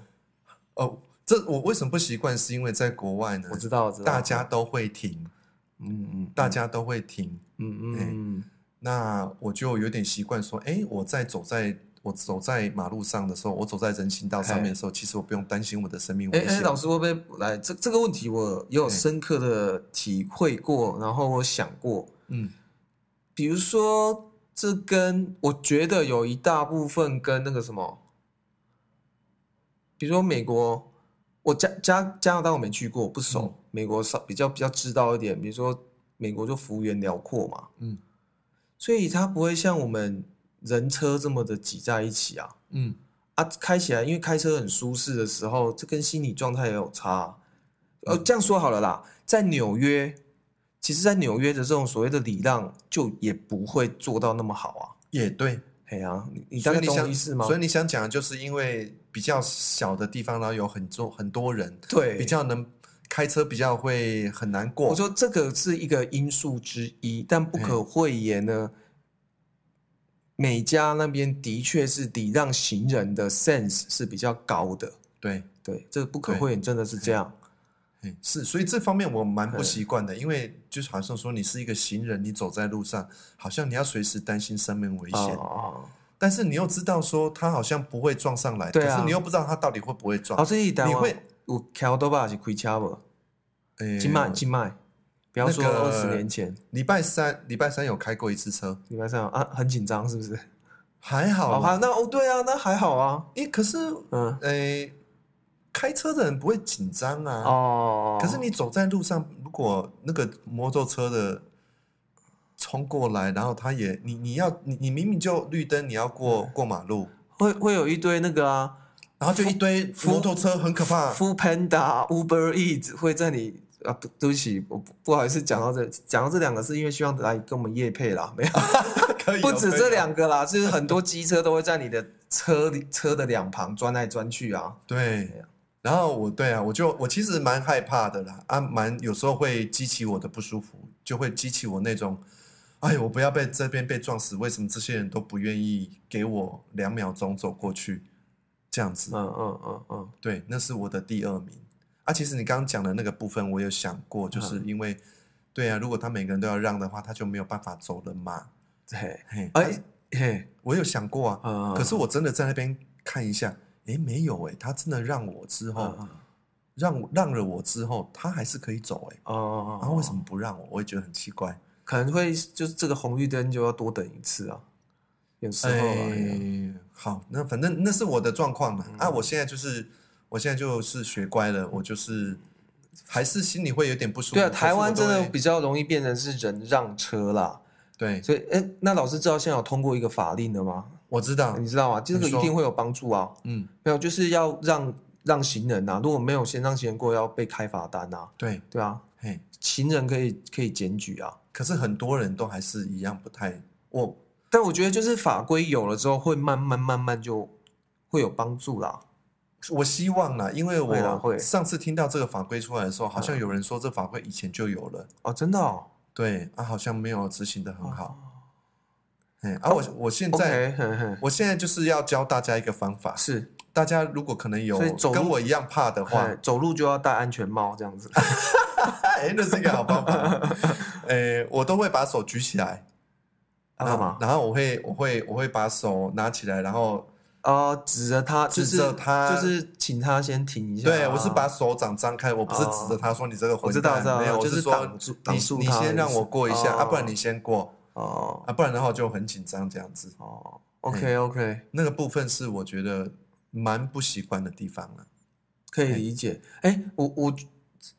S2: 哦，这我为什么不习惯？是因为在国外呢，
S1: 我知道，我知道，
S2: 大家，都会停，
S1: 嗯嗯，
S2: 大，家都会停。
S1: 嗯嗯嗯
S2: 那我就有点习惯说，哎，我在走在我走在马路上的时候，我走在人行道上面的时候，其实我不用担心我哎的生命
S1: 哎
S2: 危
S1: 哎，
S2: 险。
S1: 老师会不会来？这这个问题我也有深刻的体会过，然后我想过，
S2: 嗯，
S1: 比如说，这跟我觉得有一大部分跟那个什么，比如说美国，我加加加拿大我没去过，不熟。
S2: 嗯
S1: 美国稍比较比较知道一点，比如说美国就幅员辽阔嘛，
S2: 嗯，
S1: 所以它不会像我们人车这么的挤在一起啊
S2: 嗯，
S1: 啊，开起来因为开车很舒适的时候，这跟心理状态也有差啊。呃，
S2: 嗯
S1: 这样说好了啦，在纽约，其实，在纽约的这种所谓的礼让，就也不会做到那么好啊。
S2: 也对。
S1: 哎呀、你你大
S2: 所以
S1: 概
S2: 你
S1: 懂我
S2: 想，
S1: 意思吗？
S2: 所以你想讲，的就是因为比较小的地方，然后有很多很多人，
S1: 对，
S2: 比较能开车，比较会很难过。
S1: 我说这个是一个因素之一，但不可讳言呢，美加那边的确是礼让行人的 sense 是比较高的，
S2: 对，
S1: 对，这不可讳言，真的是这样。
S2: 嗯是，所以这方面我蛮不习惯的，因为就是好像说你是一个行人，你走在路上，好像你要随时担心生命危险，
S1: 哦，
S2: 但是你又知道说他好像不会撞上来，
S1: 对啊
S2: 可是你又不知道他到底会不会撞
S1: 老。师，哦你台
S2: 你
S1: 湾
S2: 会
S1: 有桥多吧？是开车无？
S2: 诶
S1: 今麦今麦，不要说
S2: 那个
S1: 二十年前，
S2: 哎礼拜三，礼拜三有开过一次车，
S1: 礼拜三啊，很紧张是不是？
S2: 还好
S1: 好吧，
S2: 啦。
S1: 那哦对啊，那还好啊，
S2: 诶，可是
S1: 嗯，
S2: 诶，呃开车的人不会紧张啊。
S1: 哦，
S2: 可是你走在路上，如果那个摩托车的冲过来，然后他也你你要你你明明就绿灯，你要过
S1: 嗯
S2: 过马路，
S1: 会会有一堆那个啊。
S2: 然后就一堆
S1: 夫
S2: 摩托车，很可怕。
S1: Food Panda、Uber Eats 会在你啊，不，对不起，我不不好意思讲到这，讲到这两个是因为希望来跟我们业配啦，没有，
S2: 可以
S1: 不
S2: 哦
S1: 止
S2: 可以
S1: 这
S2: 哦
S1: 两个啦，就是很多机车都会在你的车里车的两旁钻来钻去啊，
S2: 对
S1: 对啊。
S2: 然后我对啊，我就我其实蛮害怕的啦，啊，蛮有时候会激起我的不舒服，就会激起我那种，哎，我不要被这边被撞死，为什么这些人都不愿意给我两秒钟走过去，这样子。
S1: 嗯嗯嗯嗯，
S2: 对，那是我的第二名。啊，其实你刚刚讲的那个部分，我有想过，
S1: 嗯
S2: 就是因为，对啊，如果他每个人都要让的话，他就没有办法走了嘛。
S1: 对，
S2: 嘿，
S1: 哎、
S2: 但是
S1: 嘿，
S2: 我有想过啊，
S1: 嗯，
S2: 可是我真的在那边看一下，诶，没有诶，他真的让我之后，
S1: 嗯
S2: 让我让了我之后，他还是可以走诶，
S1: 哦，
S2: 然后啊为什么不让我？我也觉得很奇怪。
S1: 可能会就是这个红绿灯就要多等一次啊，有时候啊，哎嗯
S2: 哎，好，那反正那是我的状况嘛。啊，我现在就是，我现在就是学乖了，我就是还是心里会有点不舒服。
S1: 对啊，
S2: 可是
S1: 台
S2: 我
S1: 湾
S2: 都
S1: 真的
S2: 会
S1: 比较容易变成是人让车啦，
S2: 对，
S1: 所以哎、那老师知道现在有通过一个法令了吗？
S2: 我知道
S1: 你，知道吗？这个
S2: 你说
S1: 一定会有帮助啊。
S2: 嗯，
S1: 没有，就是要让让行人啊，如果没有先让行人过，要被开罚单啊，
S2: 对，
S1: 对啊，
S2: 嘿，
S1: 行人可以可以检举啊。
S2: 可是很多人都还是一样不太，我
S1: 但我觉得就是法规有了之后，会慢慢慢慢就会有帮助啦。
S2: 我希望啦，因为
S1: 会啦会嗯
S2: 我上次听到这个法规出来的时候，好像有人说这法规以前就有了，
S1: 哦，真的哦，
S2: 对啊，好像没有执行的很好，
S1: 好。
S2: 哎，啊，我我现
S1: 哦
S2: 在
S1: OK，嘿嘿，
S2: 我现在就是要教大家一个方法，
S1: 是，
S2: 大家如果可能有
S1: 所以走路
S2: 跟我一样怕的话
S1: 哎，走路就要戴安全帽这样 子。
S2: 哎，那是一个好方法， 哎，我都会把手举起来，
S1: 啊
S2: 然
S1: 干
S2: 后
S1: 嘛？
S2: 然后我会我会我会把手拿起来，然后
S1: 哦，指着他，就
S2: 指
S1: 是
S2: 着他
S1: 就是请他先停一下啊。哦
S2: 对，我是把手掌张开，我不是指着他说你这个
S1: 我
S2: 混
S1: 知道，
S2: 蛋
S1: 知，道，
S2: 没有，
S1: 我
S2: 我
S1: 就是是
S2: 说
S1: 挡住挡
S2: 你
S1: 住
S2: 你
S1: 他的
S2: 先让
S1: 意
S2: 我
S1: 思
S2: 过一下啊，不然
S1: 哦
S2: 你先过
S1: 哦
S2: 啊，不然的话我就很紧张这样子。
S1: 哦，OK OK，
S2: 那个部分是我觉得蛮不习惯的地方啊了。
S1: 可以
S2: 嘿
S1: 理解。哎，我我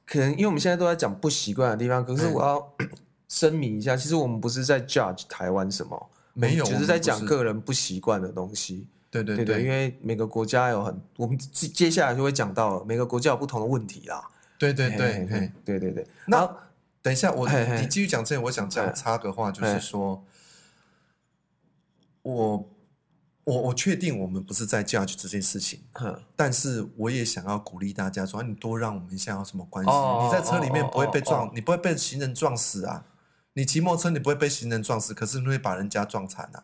S1: 可能因为我们现在都在讲不习惯的地方，可是
S2: 嗯
S1: 我要 声明一下，其实我们不是在 judge 台湾什么，
S2: 没有，
S1: 只
S2: 我
S1: 哦是
S2: 们
S1: 在
S2: 不
S1: 讲
S2: 是
S1: 个人不习惯的东西。
S2: 对对
S1: 对对，因为每个国家有很，我们接接下来就会讲到了，每个国家有不同的问题啦。
S2: 对对
S1: 嘿
S2: 对
S1: 嘿
S2: 对
S1: 嘿。对对对。
S2: 那
S1: 然后
S2: 等一下，我
S1: 嘿嘿
S2: 你继续讲这个，我想
S1: 嘿
S2: 讲插个话，就
S1: 嘿
S2: 是说，我我我确定我们不是在 judge 这件事情。
S1: 嗯
S2: 但是我也想要鼓励大家说，啊你多让我们一下有什么关系？
S1: 哦
S2: 你在车里面
S1: 哦
S2: 不会被
S1: 哦
S2: 撞，你不会被行人撞死啊！你骑摩托车你不会被行人撞死，可是你会把人家撞惨啊！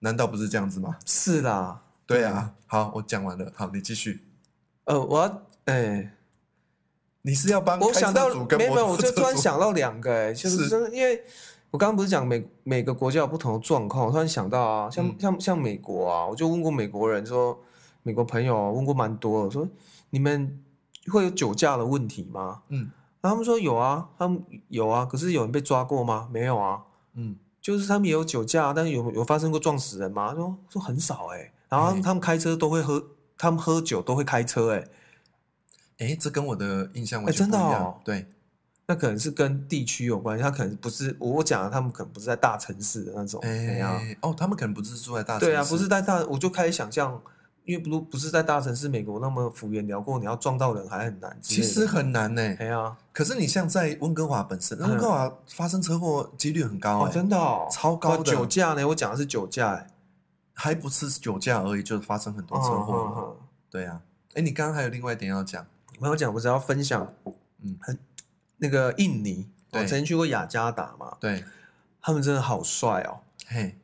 S2: 难道不是这样子吗？
S1: 是啦，
S2: 对啊，
S1: 嗯
S2: 好，我讲完了，好，你继续。
S1: 呃，我要哎。
S2: 你是要帮
S1: 我
S2: 开
S1: 想
S2: 车
S1: 到
S2: 主跟
S1: 没有没有，
S2: 摩
S1: 我
S2: 托
S1: 就
S2: 车
S1: 突然
S2: 主
S1: 想到两个、欸，就是
S2: 是
S1: 真的，因为我刚刚不是讲每每个国家有不同的状况，我突然想到啊，像、
S2: 嗯
S1: 像像美国啊，我就问过美国人说，美国朋友啊问过蛮多的，说你们会有酒驾的问题吗？
S2: 嗯
S1: 然后他们说有啊，他们有啊，可是有人被抓过吗？没有啊，
S2: 嗯，
S1: 就是他们也有酒驾，但是有有发生过撞死人吗？说说很少哎、然后他们
S2: 哎
S1: 他们开车都会喝，他们喝酒都会开车哎、
S2: 哎，这跟我的印象完
S1: 哎
S2: 全
S1: 真
S2: 不
S1: 的
S2: 一样
S1: 哦。
S2: 对，
S1: 那可能是跟地区有关系，他可能不是我我讲的，他们可能不是在大城市的那种，对啊，
S2: 哎，哦，他们可能不是住在大城市，
S1: 对啊，不是在大，我就开始想象，因为不不是在大城市，美国那么幅员辽阔，你要撞到人还很难之类
S2: 其
S1: 的。
S2: 实很难呢。
S1: 哎呀，
S2: 可是你像在温哥华本身，
S1: 嗯
S2: 温哥华发生车祸几率很高
S1: 哦，
S2: 哎。
S1: 真的哦，
S2: 超高的
S1: 哦酒驾呢？我讲的是酒驾，哎，
S2: 还不是酒驾而已，就发生很多车祸了。
S1: 嗯嗯嗯
S2: 对啊，哎，你刚刚还有另外一点要讲，
S1: 没有讲，我只要分享，
S2: 嗯
S1: 嗯，很那个印尼，我
S2: 对
S1: 曾经去过雅加达嘛，
S2: 对，
S1: 他们真的好帅哦，
S2: 嘿，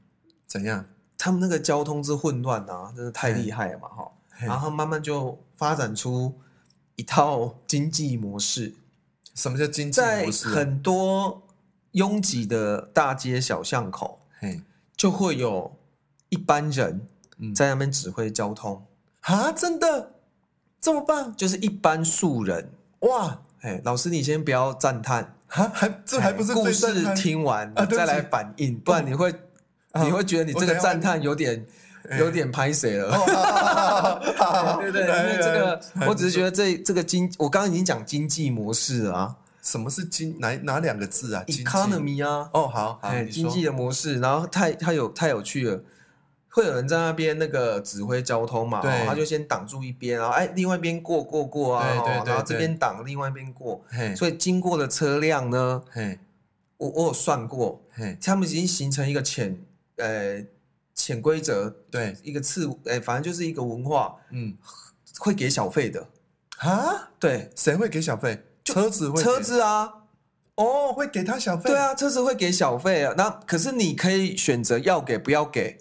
S2: 怎样？
S1: 他们那个交通之混乱啊，真的太厉害了嘛哈。
S2: 嘿
S1: 然后慢慢就发展出一套经济模式，
S2: 什么叫经济
S1: 在
S2: 模式啊？
S1: 很多拥挤的大街小巷口，
S2: 嘿，
S1: 就会有一般人
S2: 嗯
S1: 在那边指挥交通，
S2: 啊，真的这么棒
S1: 就是一般素人。
S2: 哇！
S1: 哎，老师，你先不要赞叹，
S2: 还还这还不是
S1: 哎故
S2: 最赞
S1: 事
S2: 叹
S1: 听完
S2: 啊
S1: 你
S2: 对不起哦啊
S1: 再来反应，不然你会你会觉得你这
S2: 我等
S1: 个
S2: 一下哎哦
S1: 赞叹有点有点拍谁了。对
S2: 对
S1: 对对，因为这
S2: 哎
S1: 个，我只是觉得这这个经，我刚刚已经讲经济模式了啊
S2: 什么是经哪哪两个字啊经济
S1: ，economy 啊，
S2: 哦，好好，
S1: 哎，
S2: 你说
S1: 经济的模式，然后太太有太有趣了，会有人在那边那个指挥交通嘛，
S2: 对
S1: 哦他就先挡住一边，然后哎，另外一边过过过啊，
S2: 对对
S1: 哦
S2: 对
S1: 然后
S2: 对
S1: 这边挡，另外一边过，
S2: 嘿
S1: 所以经过的车辆呢，
S2: 嘿
S1: 我我有算过，
S2: 嘿，
S1: 他们已经形成一个潜呃潜规则，
S2: 对，
S1: 一个次哎，反正就是一个文化，
S2: 嗯
S1: 会给小费的，
S2: 啊，
S1: 对，
S2: 谁会给小费？车子会给
S1: 车子啊。
S2: 哦，会给他小费？
S1: 对，啊，车子会给小费啊。那可是你可以选择要给不要给。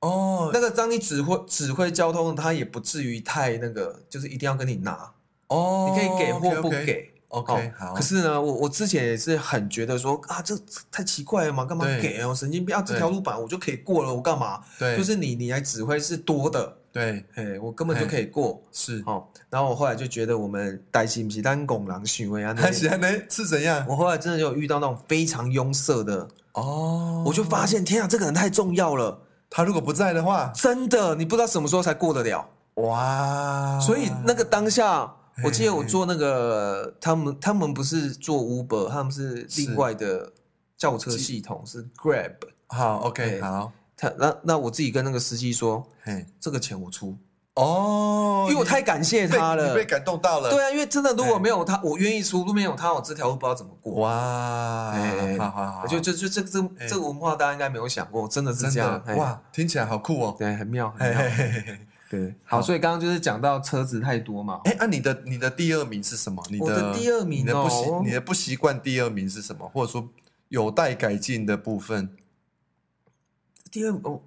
S2: 哦
S1: 那个当你指挥指挥交通，他也不至于太那个，就是一定要跟你拿，
S2: 哦，
S1: 你可以给或不给。
S2: ，OK，
S1: 哦
S2: 好，
S1: 可是呢，我我之前也是很觉得说啊，这这太奇怪了嘛，干嘛
S2: 对
S1: 给哦？神经病啊！这
S2: 对
S1: 条路板我就可以过了，我干嘛？
S2: 对，
S1: 就是你你来指挥是多的，
S2: 对
S1: 哎，我根本就可以过。
S2: 是，
S1: 哦，然后我后来就觉得我们担心不是单拱狼行为啊，那
S2: 还是还能是怎样？
S1: 我后来真的就有遇到那种非常拥塞的，
S2: 哦，
S1: 我就发现，天啊，这个人太重要了，
S2: 他如果不在的话，
S1: 真的，你不知道什么时候才过得了。
S2: 哇，
S1: 所以那个当下，我记得我
S2: 啊嘿嘿
S1: 做那个，他们他们不是做 Uber，他们是另外的轿车系统是 Grab。
S2: 好
S1: 嘿
S2: OK 好，
S1: 他那那我自己跟那个司机说，
S2: 嘿，
S1: 这个钱我出，
S2: 哦，
S1: 因为我太感谢
S2: 你
S1: 他
S2: 被你
S1: 了
S2: 被。感动到了，
S1: 对啊，因为真的如果没有他，我愿意出；如果没有他，我这条路不知道怎么过。
S2: 哇，
S1: 哎
S2: 好好好，
S1: 就就就这这
S2: 哎
S1: 这个文化，大家应该没有想过，真的是
S2: 真
S1: 这样
S2: 的。
S1: 哎，
S2: 哇，听起来好酷哦。
S1: 对，很妙，很
S2: 嘿
S1: 妙
S2: 嘿。嘿嘿
S1: 对，好，
S2: 好
S1: 所以刚刚就是讲到车子太多嘛，
S2: 哎，啊，你的你的第二名是什么？你
S1: 我的第二名
S2: 你的不习
S1: 哦
S2: 你的不习惯第二名是什么？或者说有待改进的部分？
S1: 第二哦，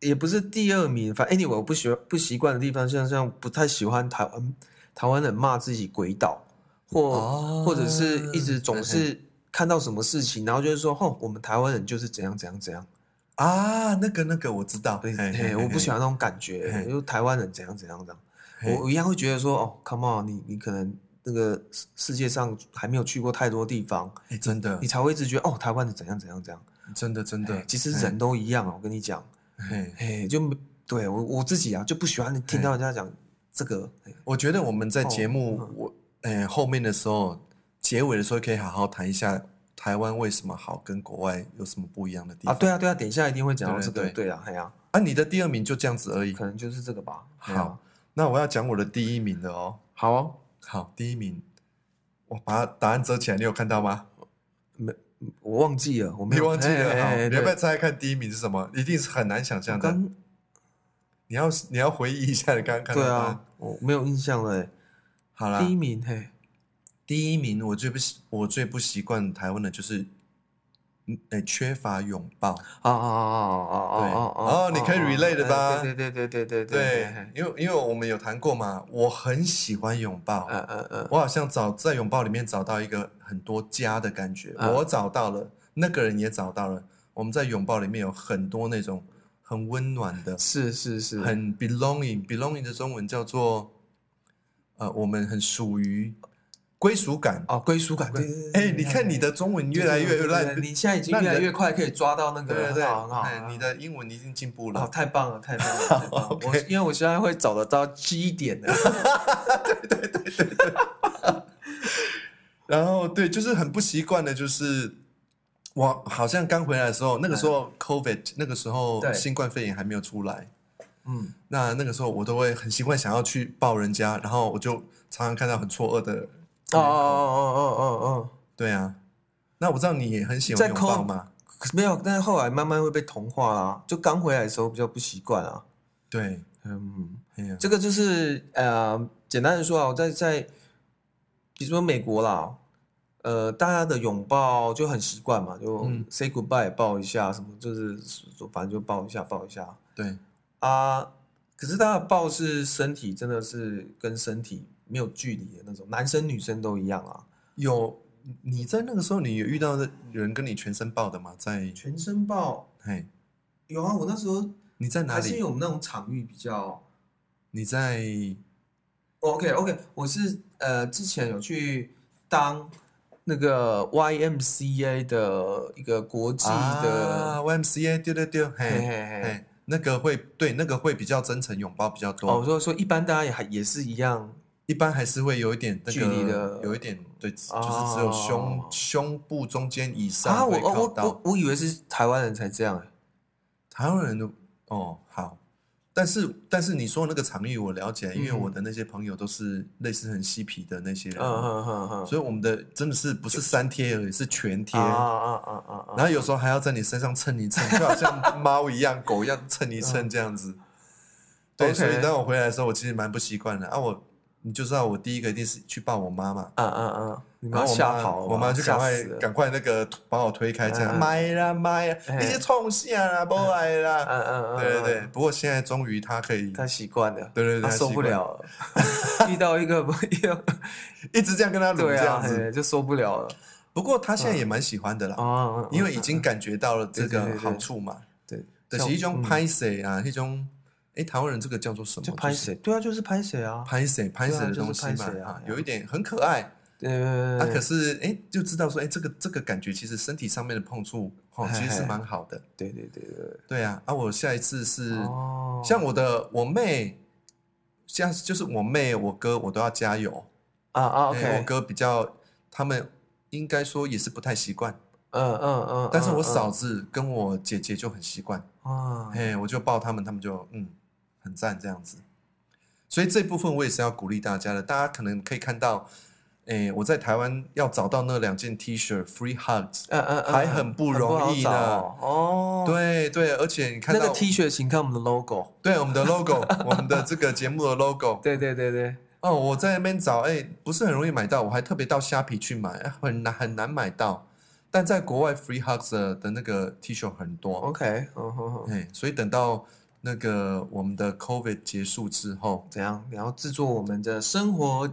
S1: 也不是第二名，反正 anyway 我不喜欢不习惯的地方，像像不太喜欢台湾台湾人骂自己鬼岛，或、
S2: 哦
S1: 或者是一直总
S2: 嗯
S1: 是看到什么事情，然后就是说，吼，我们台湾人就是怎样怎样怎样，
S2: 啊，那个那个我知道，
S1: 对，
S2: 嘿
S1: 嘿我不喜。欢那种感觉，
S2: 嘿
S1: 就是台湾人怎样怎样这样，
S2: 嘿
S1: 我我一样会觉得说，哦，come on，你你可能那个世世界上还没有去过太多地方，
S2: 嘿哎真的
S1: 你，才会一直觉得，哦，台湾人怎样怎样怎样，
S2: 真的，真的
S1: 嘿，其实人都一样啊，我跟你讲。
S2: 嘿，嘿
S1: 哎，就没对我我自己啊，就不喜欢
S2: 哎
S1: 听到人家讲这个。哎
S2: 我觉得我们在节目
S1: 哦嗯
S2: 我哎后面的时候，结尾的时候可以好好谈一下台湾为什么好，跟国外有什么不一样的地
S1: 啊，
S2: 方。
S1: 对啊，对啊，等一下一定会讲到
S2: 对
S1: 这个，
S2: 对
S1: 对啊，哎呀，
S2: 啊，你的第二名就这样子而已。
S1: 可能就是这个吧。哎呀
S2: 好，，那我要讲我的第一名了哦。
S1: 好哦，
S2: 好，第一名，我把答案遮起来，你有看到吗？
S1: 我忘记了，我没
S2: 你
S1: 有
S2: 忘记了？
S1: 哎哎
S2: 好，
S1: 哎
S2: 你要不
S1: 对
S2: 要猜猜看第一名是什么？一定是很难想
S1: 我
S2: 象的。
S1: 刚
S2: 你要你要回忆一下你刚刚
S1: 对
S2: 看啊到的答案。
S1: 啊，我没有印象了。哎
S2: 好啦，
S1: 第一名，嘿，
S2: 第一名，我最不习我最不习惯台湾的就是，嗯，哎，缺乏拥抱。
S1: 啊啊啊啊啊啊啊！
S2: 哦你可以 relate 的吧
S1: 哎对对对对对
S2: 对
S1: 对，。
S2: 因为因为我们有谈过嘛，我很喜欢拥抱，
S1: 嗯嗯嗯，
S2: 我好像找在拥抱里面找到一个很多家的感觉，
S1: 嗯
S2: 我找到了，那个人也找到了，我们在拥抱里面有很多那种很温暖 的，
S1: 是是是，
S2: 很 belonging，belonging 的中文叫做，呃，我们很属于归属感。
S1: 哦，归属感。对对对对
S2: 哎，你看你的中文越来
S1: 对
S2: 越
S1: 对对对
S2: 烂，
S1: 你现在已经
S2: 那你
S1: 越
S2: 的
S1: 来越快可以抓到那个
S2: 对对
S1: 了，很
S2: 对
S1: 好很，好
S2: 哎，
S1: 很好
S2: 你。的英文已经进步
S1: 哦，
S2: 了。
S1: 太棒了，太棒了！太棒了
S2: OK
S1: 我因为我现在会找得到 G 点的，
S2: 然后对，就是很不习惯的，就是我好像刚回来的时候，那个时候 COVID，那个时
S1: 嗯
S2: 候
S1: 对
S2: 新冠肺炎还没有出来，
S1: 嗯，
S2: 那那个时候我都会很习惯想要去抱人家，然后我就常常看到很错愕的。
S1: 哦哦哦哦哦
S2: 对啊，那我知道你也很喜
S1: 在
S2: 欢拥抱嘛，
S1: 哦，可是没有，但是后来慢慢会被同化啦，就刚回来的时候比较不习惯啊，
S2: 对，
S1: 嗯，
S2: 哎呀，
S1: 这个就是呃，简单的说啊，我在在，比如说美国啦，呃，大家的拥抱就很习惯嘛，就 say goodbye 也抱一下，什么就是反正就抱一下抱一下
S2: 对，
S1: 啊。可是大家的抱是身体，真的是跟身体没有距离的那种，男生女生都一样啊，
S2: 有你在那个时候，你有遇到的人跟你全身抱的吗？在
S1: 全身抱
S2: 嘿，
S1: 有啊。我那时候
S2: 你在哪
S1: 还是
S2: 里？
S1: 有我们那种场域比较。
S2: 你在
S1: OK OK，我是呃之前有去当那个 YMCA 的一个国际
S2: 啊
S1: 的，
S2: YMCA，对对对，
S1: 嘿
S2: 嘿，
S1: 嘿嘿。
S2: 嘿，那个会对那个会比较真诚，拥抱比较
S1: 哦，我
S2: 多，
S1: 说说一般大家也还也是一样，
S2: 一般还是会有一点那个
S1: 距离的
S2: 有一点对，就是只有
S1: 哦
S2: 胸胸部中间以
S1: 啊，
S2: 上
S1: 我
S2: 会
S1: 哦
S2: 靠
S1: 我
S2: 到
S1: 我。我以为是台湾人才这样欸
S2: 台湾人的哦好，但是但是你说的那个场域我了解，因为
S1: 嗯
S2: 我的那些朋友都是类似很嬉皮的那些人，
S1: 嗯嗯嗯嗯，
S2: 所以我们的真的是不是三贴而已，是全贴。
S1: 啊啊啊啊啊！
S2: 然后有时候还要在你身上蹭一蹭，就好 像猫一样、狗一样蹭一蹭这样子。对
S1: 嗯 OK
S2: 所以当我回来的时候，我其实蛮不习惯的啊。我你就知道，我第一个一定是去抱我妈嘛，
S1: 啊啊啊！你们
S2: 然
S1: 要
S2: 后我
S1: 吓
S2: 妈
S1: 跑了吧，
S2: 我妈就赶
S1: 吓
S2: 快
S1: 死了
S2: 赶快那个把我推开，这样
S1: 嗯
S2: 买啦买啦，
S1: 哎
S2: 你些冲下啦，不来啦，
S1: 嗯嗯嗯，
S2: 对对对，
S1: 嗯，
S2: 不过现在终于他可以，
S1: 他习惯了，
S2: 对对对，
S1: 他
S2: 他
S1: 受
S2: 习
S1: 不
S2: 惯，
S1: 了了， 遇到一个不一 样，
S2: 一直这样跟他撸
S1: 对
S2: 这
S1: 啊，
S2: 样子。
S1: 嘿就嗯受不了了
S2: 不过他现在也蛮喜欢的啦，
S1: 啊，
S2: 因为已经哦感觉到了这
S1: 对对对
S2: 个
S1: 对
S2: 好处嘛。
S1: 对，
S2: 对，
S1: 像
S2: 是一种
S1: 嗯
S2: 拍谁啊，一种哎，台湾人这个叫做什么？
S1: 就拍
S2: 就是
S1: 谁？对啊，就是拍谁啊，
S2: 拍谁拍谁
S1: 对啊就
S2: 的
S1: 是
S2: 东西
S1: 拍
S2: 嘛
S1: 谁啊
S2: 啊，
S1: 对啊
S2: 有一点很可爱。
S1: 呃
S2: 啊，，可是哎，就知道说哎，这个这个感觉其实身体上面的碰触哦，
S1: 嘿
S2: 其实是
S1: 嘿
S2: 蛮好的。
S1: 对对对对，
S2: 对啊，啊，我下一次是
S1: 哦，
S2: 像我的我妹，像就是我妹我哥我都要加油。
S1: 啊啊
S2: 哎我
S1: ，OK，
S2: 哥比较，他们应该说也是不太习惯，
S1: 嗯嗯嗯，
S2: 但是我
S1: 嗯
S2: 嫂子跟我姐姐就很习惯，
S1: 啊，
S2: 哎，我就抱他们，他们就嗯很赞这样子。所以这部分我也是要鼓励大家的，大家可能可以看到，哎，我在台湾要找到那两件 T 恤 Free Hugs，
S1: 嗯嗯嗯，
S2: 还很不容易
S1: 很不
S2: 呢
S1: 好找哦，
S2: 对对，而且你看
S1: 那
S2: 到
S1: 个 T 恤，请看我们的 logo。
S2: 对我们的 logo，我 们的这个节目的 logo，
S1: 对对对对，
S2: 哦，我在那边找，哎、不是很容易买到，我还特别到虾皮去买，哎很难很难买到。但在国外，Free Hugs 的的那个 T 恤很多，
S1: OK，嗯哼哼，
S2: 哎、所以等到那个我们的 COVID 结束之后
S1: 怎样？然后制作我们的生活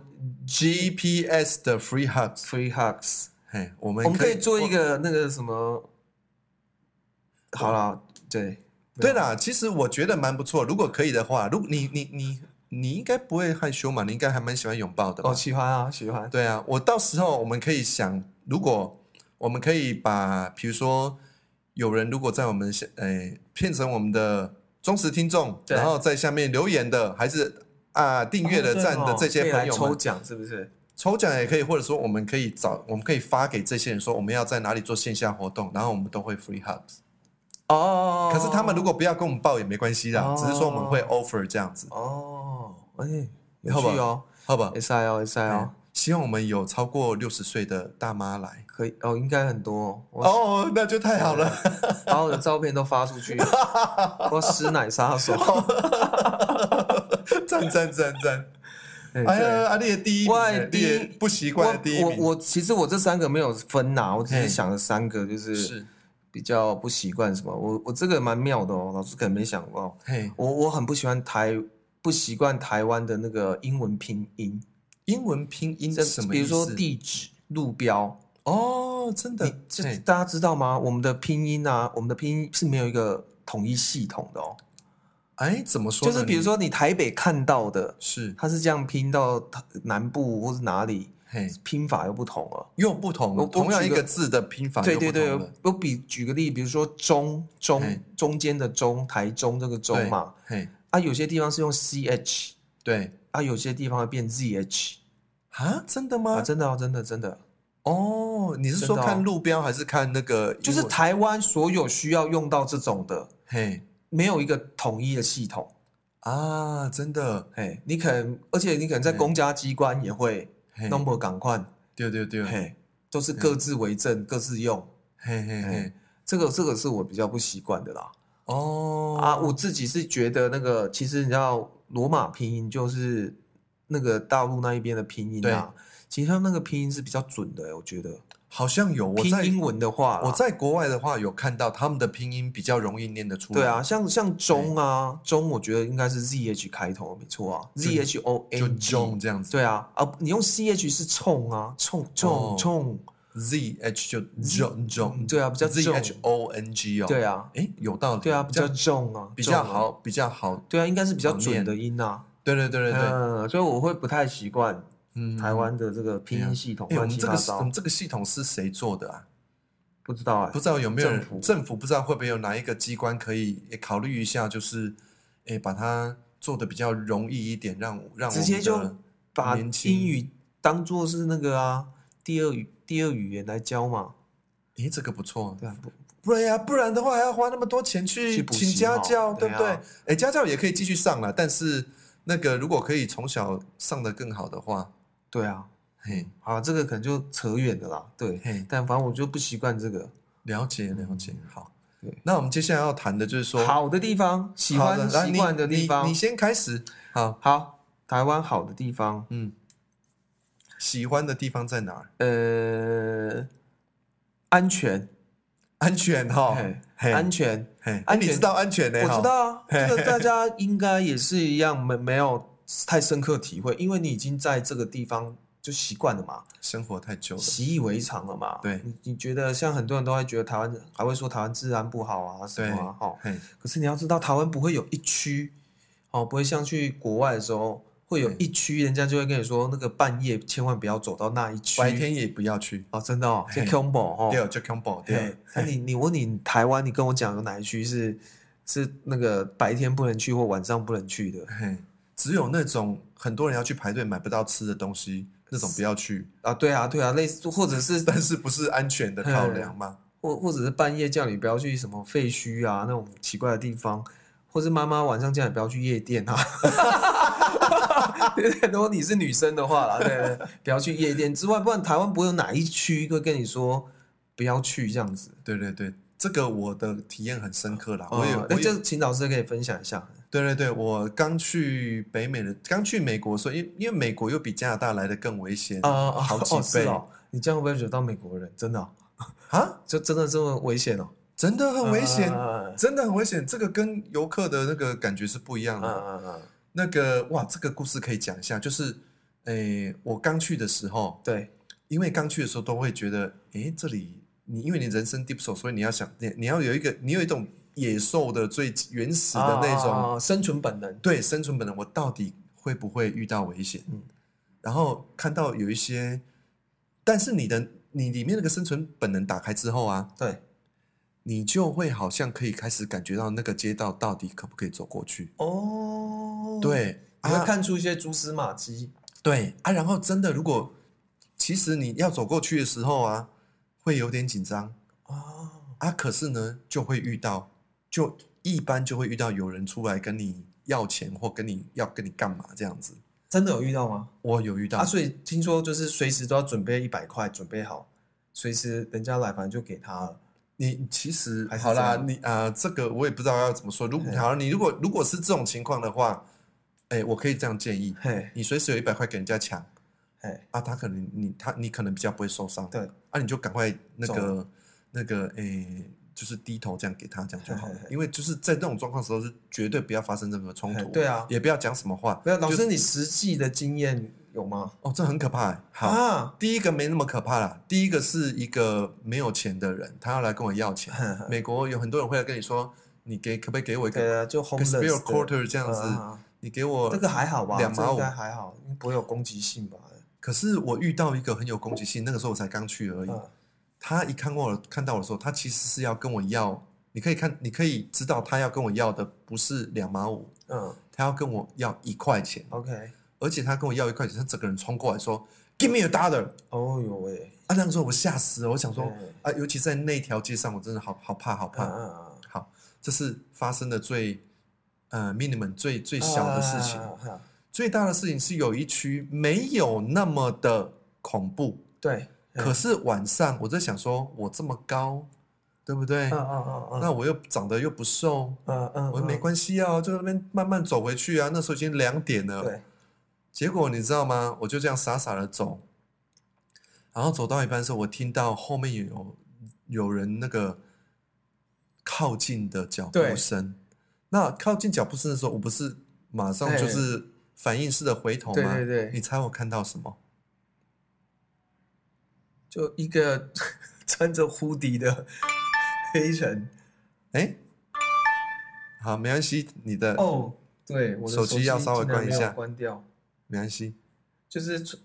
S2: ，GPS 的 Free Hugs，
S1: free hugs，
S2: 哎、我们
S1: 我们可以做一
S2: 我
S1: 个那个什么，好了，对
S2: 对啦，其实我觉得蛮不错，如果可以的话，如你你你你应该不会害羞嘛，你应该还蛮喜欢拥抱的吧
S1: 哦，喜欢啊，喜欢，
S2: 对啊，我到时候我们可以想，如果我们可以把，比如说有人如果在我们下，诶、变成我们的忠实听众，
S1: 对
S2: 然后在下面留言的，还是啊订阅的、
S1: 哦
S2: 赞的
S1: 可
S2: 这些
S1: 以来
S2: 朋友
S1: 抽
S2: 们，
S1: 奖是不是？
S2: 抽奖也可以，或者说我们可以找，我们可以发给这些人说我们要在哪里做线下活动，然后我们都会 free hugs。
S1: 哦，
S2: 可是他们如果不要跟我们报也没关系啦，
S1: 哦
S2: 只是说我们会 offer 这样子，
S1: 哦，哎，有
S2: 好吧
S1: 趣哦，
S2: 好吧？
S1: S I 哦，S I 哦
S2: 嗯，希望我们有超过六十岁的大妈来。
S1: 可以哦，应该很多哦，我
S2: 哦，那就太好了。
S1: 把我的照片都发出去，我师奶杀手，
S2: 哦赞赞赞赞！
S1: 哎
S2: 哎
S1: 对
S2: 呀，阿丽的第一名
S1: 我的
S2: 欸，你的
S1: 第一
S2: 不习惯的第一
S1: 我
S2: 名
S1: 我我其实我这三个没有分呐、我只
S2: 嘿
S1: 是想了三个，就是
S2: 是
S1: 比较不习惯什么。我我这个蛮妙的哦，老师可能没想到，
S2: 嘿，
S1: 我我很不喜欢台不习惯台湾的那个英文拼音，
S2: 英文拼音
S1: 这
S2: 是什么
S1: 比
S2: 意
S1: 如
S2: 思？
S1: 说地址、路标，
S2: 哦，真的
S1: 你这
S2: 嘿
S1: 大家知道吗？我们的拼音啊，我们的拼音是没有一个统一系统的哦，
S2: 哎，怎么说
S1: 就
S2: 呢？
S1: 是比如说你台北看到的，
S2: 你是
S1: 它是这样拼到南部或是哪里，
S2: 嘿，
S1: 拼法又不同了。
S2: 又不同了，
S1: 我我
S2: 同样一
S1: 举个
S2: 个字的拼法
S1: 对
S2: 又
S1: 对
S2: 不
S1: 对
S2: 同了，
S1: 我比举个例，比如说中中
S2: 嘿
S1: 中间的中，台中这个中
S2: 对
S1: 嘛，
S2: 嘿，
S1: 啊，有些地方是用 ch，
S2: 对
S1: 啊，有些地方会变 zh，
S2: 啊，真的
S1: 啊，
S2: 吗？
S1: 真的、哦，真的，真的，
S2: 哦，你是
S1: 真
S2: 说
S1: 的哦
S2: 看路标还是看那个英文？
S1: 就是台湾所有需要用到这种的，
S2: 嘿
S1: 没有一个统一的系统。
S2: 啊，真的
S1: 嘿，你可能，而且你可能在
S2: 嘿
S1: 公家机关也会
S2: 嘿，
S1: number 赶快，
S2: 对对对，嘿
S1: 嘿，都是各自为政，各自用。
S2: 嘿嘿
S1: 嘿，这个这个是我比较不习惯的啦。
S2: 哦
S1: 啊，我自己是觉得那个，其实你知道罗马拼音就是那个大陆那一边的拼音啊，其实他们那个拼音是比较准的、我觉得
S2: 好像有我
S1: 拼
S2: 在
S1: 英文的啊话啦，
S2: 我在国外的话有看到他们的拼音比较容易念得出来。
S1: 对啊，，像像中啊，中我觉得应该是 Z H 开头，没错啊
S2: 就
S1: ，Z H O
S2: 就
S1: N
S2: 中
S1: G。
S2: 这样子
S1: 对啊，啊，你用 C H 是冲啊，冲
S2: 哦
S1: 冲冲，
S2: ，Z H 就中中，
S1: 对啊比较
S2: Z
S1: 重
S2: H O N G 哦。
S1: 对，啊，
S2: 哎，有道理。
S1: 对啊，比较
S2: 这样
S1: 重啊，
S2: 比较
S1: 重啊，
S2: 好，比较好。
S1: 对啊，应该是比较
S2: 好
S1: 准
S2: 念
S1: 的音啊，
S2: 对对对对对，
S1: 嗯，所以我会不太习惯
S2: 嗯，
S1: 台湾的这个拼音系统
S2: 哎，我
S1: 乱
S2: 们
S1: 七
S2: 这
S1: 八
S2: 个我
S1: 糟
S2: 们，这个系统是谁做的啊？
S1: 不知道哎
S2: 不，知道有没有人
S1: 政府
S2: 政府不知道会不会有哪一个机关可以也考虑一下，就是诶把它做的比较容易一点，让让我
S1: 直接
S2: 们
S1: 就
S2: 的
S1: 把
S2: 年轻
S1: 英语当做是那个啊第二语第二语言来教嘛，
S2: 诶这个不错，
S1: 对啊，不
S2: 不然呀、不然的话还要花那么多钱去
S1: 去补习
S2: 请家教，
S1: 哦
S2: 对不
S1: 对
S2: 对
S1: 啊？
S2: 哎、家教也可以继续上了，但是那个如果可以从小上的更好的话，
S1: 对啊，
S2: 嘿，
S1: 啊，这个可能就扯远了啦，对，
S2: 嘿，
S1: 但反正我就不习惯这个。
S2: 了解了解，好
S1: 嗯对。
S2: 那我们接下来要谈的就是说，
S1: 好的地方，喜
S2: 好
S1: 欢
S2: 的来
S1: 习
S2: 你
S1: 惯的
S2: 你
S1: 地方
S2: 你，先开始。好，
S1: 好，台湾好的地方，
S2: 嗯，喜欢的地方在哪儿？
S1: 呃，安全，
S2: 安全哈、
S1: 嘿
S2: 哦嘿，
S1: 安全，
S2: 嘿，哎
S1: 安
S2: 你
S1: 全
S2: 知道安全呢、
S1: 我知
S2: 哈，
S1: 道啊，这个大家应该也是一样，没没有太深刻体会，因为你已经在这个地方就习惯了嘛，
S2: 生活太久了，
S1: 习以为常了嘛。
S2: 对
S1: 你你觉得像很多人都会觉得台湾还会说台湾治安不好啊什
S2: 对
S1: 么啊，哦，
S2: 嘿，
S1: 可是你要知道，台湾不会有一区，哦，不会像去国外的时候会有
S2: 对
S1: 一区，人家就会跟你说，那个半夜千万不要走到那一区。
S2: 白天也不要去。
S1: 哦，真的哦，
S2: 嘿
S1: 这 combo
S2: 对，
S1: 哦。
S2: 就 combo
S1: 对
S2: 对，，
S1: 那你你问你台湾，你跟我讲有哪一区是是那个白天不能去或晚上不能去的
S2: 嘿，只有那种很多人要去排队买不到吃的东西，那种不要去，
S1: 啊？对啊，对啊，类似或者是
S2: 但是不是安全的考量吗？
S1: 或或者是半夜叫你不要去什么废墟啊那种奇怪的地方，或是妈妈晚上叫你不要去夜店啊。 对对，如果你是女生的话啦，对对，不要去夜店之外，不然台湾不会有哪一区会跟你说不要去这样子。
S2: 对对对，这个我的体验很深刻啦。
S1: 哦
S2: 我有，
S1: 那
S2: 我有，
S1: 就请老师可以分享一下。
S2: 对对对，我刚去北美的，刚去美国的时候，因因为美国又比加拿大来的更危险
S1: 啊、啊
S2: 好几
S1: 哦是
S2: 倍
S1: 哦，你这样会不会惹到美国人？真的哦、
S2: 啊，
S1: 就真的这么危险哦？
S2: 真的很危险，
S1: 嗯
S2: 真的很危险。这个跟游客的那个感觉是不一样
S1: 嗯
S2: 的。
S1: 嗯嗯，嗯
S2: 那个哇，这个故事可以讲一下，就是，诶，我刚去的时候，
S1: 对，
S2: 因为刚去的时候都会觉得，诶，这里你因为你人生地不熟，所以你要想，你你要有一个，你有一种野兽的最原始的那种，
S1: 啊生存本能。
S2: 对生存本能，我到底会不会遇到危险？
S1: 嗯
S2: 然后看到有一些，但是你的你里面那个生存本能打开之后啊，
S1: 对，
S2: 你就会好像可以开始感觉到那个街道到底可不可以走过去？
S1: 哦，。
S2: 对，
S1: 你会
S2: 啊
S1: 看出一些蛛丝马迹。
S2: 对啊，然后真的，如果其实你要走过去的时候啊，会有点紧张。
S1: 哦，
S2: 啊，可是呢，就会遇到，就一般就会遇到有人出来跟你要钱或跟你要跟你干嘛这样子。
S1: 真的有遇到吗？
S2: 我有遇到，
S1: 啊，所以听说就是随时都要准备一百块，准备好，随时人家来反正就给他了。
S2: 你其实
S1: 还是
S2: 好啦，
S1: 这样
S2: 你啊、呃这个我也不知道要怎么说。如果
S1: 嘿
S2: 好，你如果如果是这种情况的话，哎，我可以这样建议：
S1: 嘿，
S2: 你随时有一百块给人家抢
S1: 嘿，
S2: 啊，他可能你他你可能比较不会受伤，
S1: 对，
S2: 啊，你就赶快那
S1: 走
S2: 个那个哎，就是低头这样给他，这样就好了
S1: 嘿嘿。嘿
S2: 因为就是在这种状况的时候，是绝对不要发生任何冲
S1: 嘿
S2: 突，
S1: 对啊
S2: 也不要讲什么话，
S1: 没有老
S2: 就
S1: 师，你实际的经验有吗？
S2: 哦，这很可怕欸。好，
S1: 啊，
S2: 第一个没那么可怕啦。第一个是一个没有钱的人，他要来跟我 要钱。 美国有很多人会来跟你说，你给可不可以给我一
S1: 对
S2: 个
S1: 啊，就
S2: g s
S1: homeless
S2: p a r e
S1: 的
S2: quarter 这样子？
S1: 啊啊啊
S2: 你给我
S1: 这个还好吧？
S2: 两毛
S1: 这应
S2: 五
S1: 该还好，应该不会有攻击性吧？
S2: 可是我遇到一个很有攻击性，那个时候我才刚去而已。
S1: 嗯
S2: 他一看我看到我的时候，他其实是要跟我要，你可以看，你可以知道他要跟我要的不是两毛五，
S1: 嗯
S2: 他要跟我要一块钱，
S1: ，OK。
S2: 而且他跟我要一块钱，他整个人冲过来说，Give me a dollar。
S1: 哦呦喂，
S2: 啊，那个时候我吓死了，我想说
S1: 嗯
S2: 啊，尤其在那条街上，我真的好好怕，好怕。
S1: 嗯嗯
S2: 好，这是发生的最呃 minimum 最最
S1: 嗯，
S2: 小的事情，
S1: 啊啊啊啊
S2: 最大的事情是有一区没有那么的恐怖，
S1: 对，
S2: 可是晚上我在想说，我这么高，对不对？
S1: 嗯嗯嗯嗯，
S2: 那我又长得又不瘦，
S1: 嗯嗯，
S2: 我说没
S1: 嗯
S2: 关系啊，就那边慢慢走回去啊。那时候已经两点了，
S1: 对，
S2: 结果你知道吗？我就这样傻傻的走，然后走到一半的时候，我听到后面有有人那个靠近的脚步
S1: 对
S2: 声。那靠近脚步声的时候，我不是马上就
S1: 哎
S2: 是反应式的回头吗？
S1: 对对对
S2: 你猜我看到什么？
S1: 就一个 穿着呼迪的黑人。
S2: 哎，好，没关系，你的、
S1: 哦，对，我的
S2: 手机要稍微
S1: 竟然
S2: 关一
S1: 没有
S2: 下
S1: 关掉，
S2: 没关系。
S1: 就是穿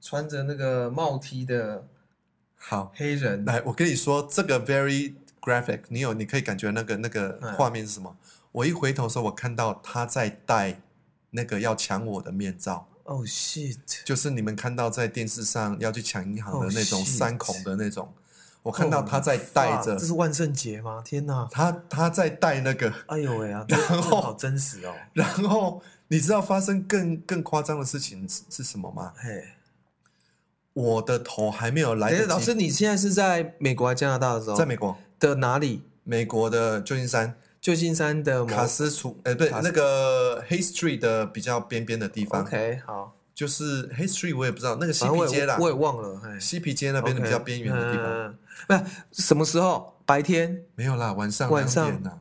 S1: 穿着那个帽 T 的
S2: 好，
S1: 黑人。
S2: 来，我跟你说，这个 very graphic，你有你可以感觉那个那个
S1: 嗯
S2: 画面是什么？我一回头的时候，我看到他在戴那个要抢我的面罩。
S1: 哦、shit！
S2: 就是你们看到在电视上要去抢银行的那种
S1: Oh, shit. 哦
S2: 三孔的那种，我看到他在戴着
S1: 哇这，是万圣节吗？天哪！
S2: 他他在戴那个，
S1: 哎呦喂啊，
S2: 然
S1: 然
S2: 后
S1: 后好真实哦。
S2: 然后你知道发生更更夸张的事情是是什么吗？
S1: 嘿，
S2: 我的头还没有来
S1: 哎，
S2: 得
S1: 老师，
S2: 及，
S1: 你现在是在美国还是加拿大的时候？
S2: 在美国，
S1: 的哪里？
S2: 美国的旧金山
S1: 旧金山的某
S2: 卡斯楚，呃，对，
S1: 卡斯
S2: 那个 Hay Street 的比较边边的地方，
S1: OK，好，
S2: 就是 Hay Street 我也不知道那个西
S1: 反正
S2: 皮
S1: 我
S2: 街
S1: 也
S2: 啦，
S1: 我也忘了，嘿，
S2: 西皮街那边的比较
S1: OK，
S2: 边缘的地方，
S1: 嗯，不是什么时候？白天、
S2: 没有啦，晚上
S1: 晚上
S2: 两点啦。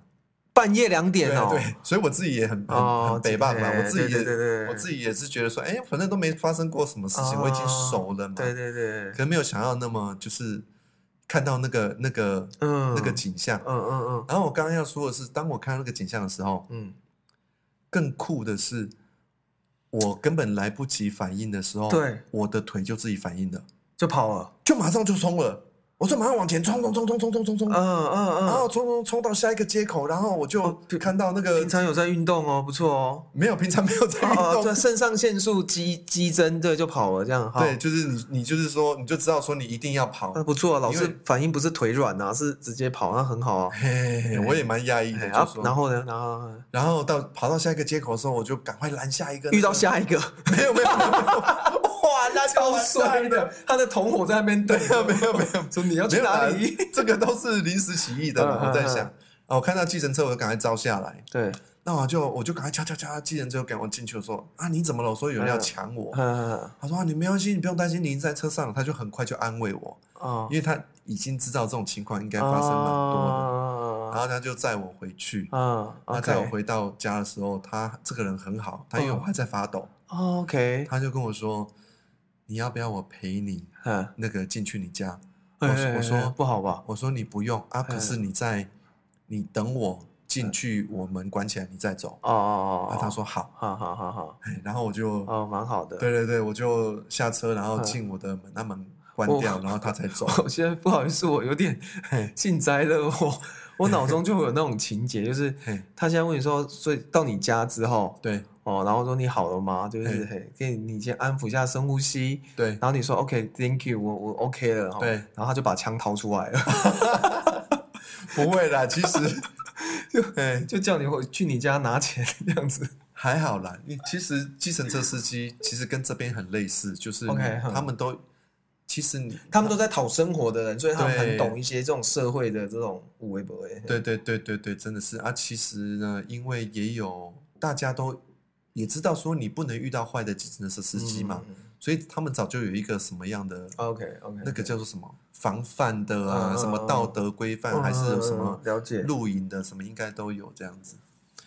S1: 半夜两
S2: 对啊
S1: 点哦。
S2: 对，所以我自己也很很
S1: 哦
S2: 很北棒嘛，
S1: 对
S2: 我自己
S1: 对对
S2: 也
S1: 对
S2: 我自己也是觉得说，哎，反正都没发生过什么事情，
S1: 哦
S2: 我已经熟了嘛，
S1: 对对对
S2: 可，能没有想到那么就是看到那个那个
S1: 嗯，
S2: 那个景象
S1: 嗯，。嗯嗯
S2: 然后我刚刚要说的是，当我看到那个景象的时候，
S1: 嗯
S2: 更酷的是，我根本来不及反应的时候，
S1: 对，
S2: 我的腿就自己反应了，
S1: 就跑了。
S2: 就马上就冲了，我说马上往前冲冲冲冲冲冲冲
S1: 嗯
S2: 冲，
S1: 嗯
S2: 然后
S1: 嗯。
S2: 冲冲冲到下一个街口，然后我就
S1: 对
S2: 看到那个
S1: 平常有在运动哦，不错哦。
S2: 没有平常没有在运
S1: 哦，
S2: 动
S1: 对，肾上腺素激激增，对，就跑了这样哈。
S2: 对，，就是你，你就是说，你就知道说你一定要跑。
S1: 那不错，啊老
S2: 因为
S1: 师反应不是腿软呐、是直接跑，那很好啊。
S2: 嘿，我也蛮压抑的，
S1: 哎
S2: 就
S1: 啊
S2: 是说，
S1: 然后呢，然后
S2: 然后到跑到下一个街口的时候，我就赶快拦下一个那个，
S1: 遇到下一个，
S2: 没有没有没有，没有哇，那
S1: 超帅
S2: 的，
S1: 的，他的同伙在那边等
S2: 没，有没有没有，
S1: 说你要
S2: 没
S1: 去
S2: 有
S1: 哪
S2: 啦
S1: 里？？
S2: 这个都是临时起意的啦，
S1: 嗯嗯
S2: 我在
S1: 嗯
S2: 想，啊，我看到计程车，我就赶快招下来，
S1: 对，
S2: 那我就我就赶快敲敲敲，计程车赶我进去，我说啊，你怎么了？我说有人要抢我。
S1: 嗯
S2: 他说、啊、你没关系，你不用担心，你已经在车上了。他就很快就安慰我，
S1: 哦
S2: 因，为他已经知道这种情
S1: 嗯
S2: 况应该发生蛮多的。然
S1: 多
S2: 后他就载我回去。
S1: 啊
S2: 那载我
S1: 哦，OK 嗯
S2: 回到家的时候，他这个人很好，他因为我还在发抖，
S1: OK，
S2: 他就跟我说：“你要不要我陪你
S1: 嗯，
S2: 那个进去你家？”我
S1: 哎
S2: 说
S1: 哎
S2: 我
S1: 哎
S2: 说
S1: 不好吧？
S2: 我说：“你不用啊，可
S1: 嗯
S2: 是你在你等我进去，我门关起来你再走。”
S1: 哦哦哦，
S2: 啊，他，说好，
S1: 好好好好，
S2: 哎然后我就
S1: 哦，蛮好的。
S2: 对对对，我就下车，然后
S1: 嗯
S2: 进我的门，那门关
S1: 我
S2: 掉，然后他才走。
S1: 我现在不好意思，我有点幸灾乐祸，我脑中就会有那种情节，就是
S2: 嘿，
S1: 他现在问你说，所以到你家之后，
S2: 对
S1: 哦，然后说你好了吗？就是
S2: 嗯
S1: 嘿，给你先安抚一下，深呼吸，
S2: 对
S1: 然后你说 OK，Thank、you，我我 OK 了，哦
S2: 对
S1: 然后他就把枪掏出来了，
S2: 不会啦，其实哎，
S1: 就叫你回去你家拿钱这样子。
S2: 还好啦，你其实计程车司机其实跟这边很类似，就是
S1: OK，哼嗯
S2: 他们都其实你
S1: 他们都在讨生活的人，所以他们
S2: 对
S1: 很懂一些这种社会的这种无微不微。嗯
S2: 对对对对对，真的是啊。其实呢，因为也有大家都也知道说你不能遇到坏的计程车司机嘛，所以他们早就有一个什么样的、
S1: OK OK，
S2: 那个叫做什么防范的啊，
S1: 嗯嗯
S2: 什么道德规范，还是有什么
S1: 嗯了解？
S2: 露营的什么，应该都有这样子。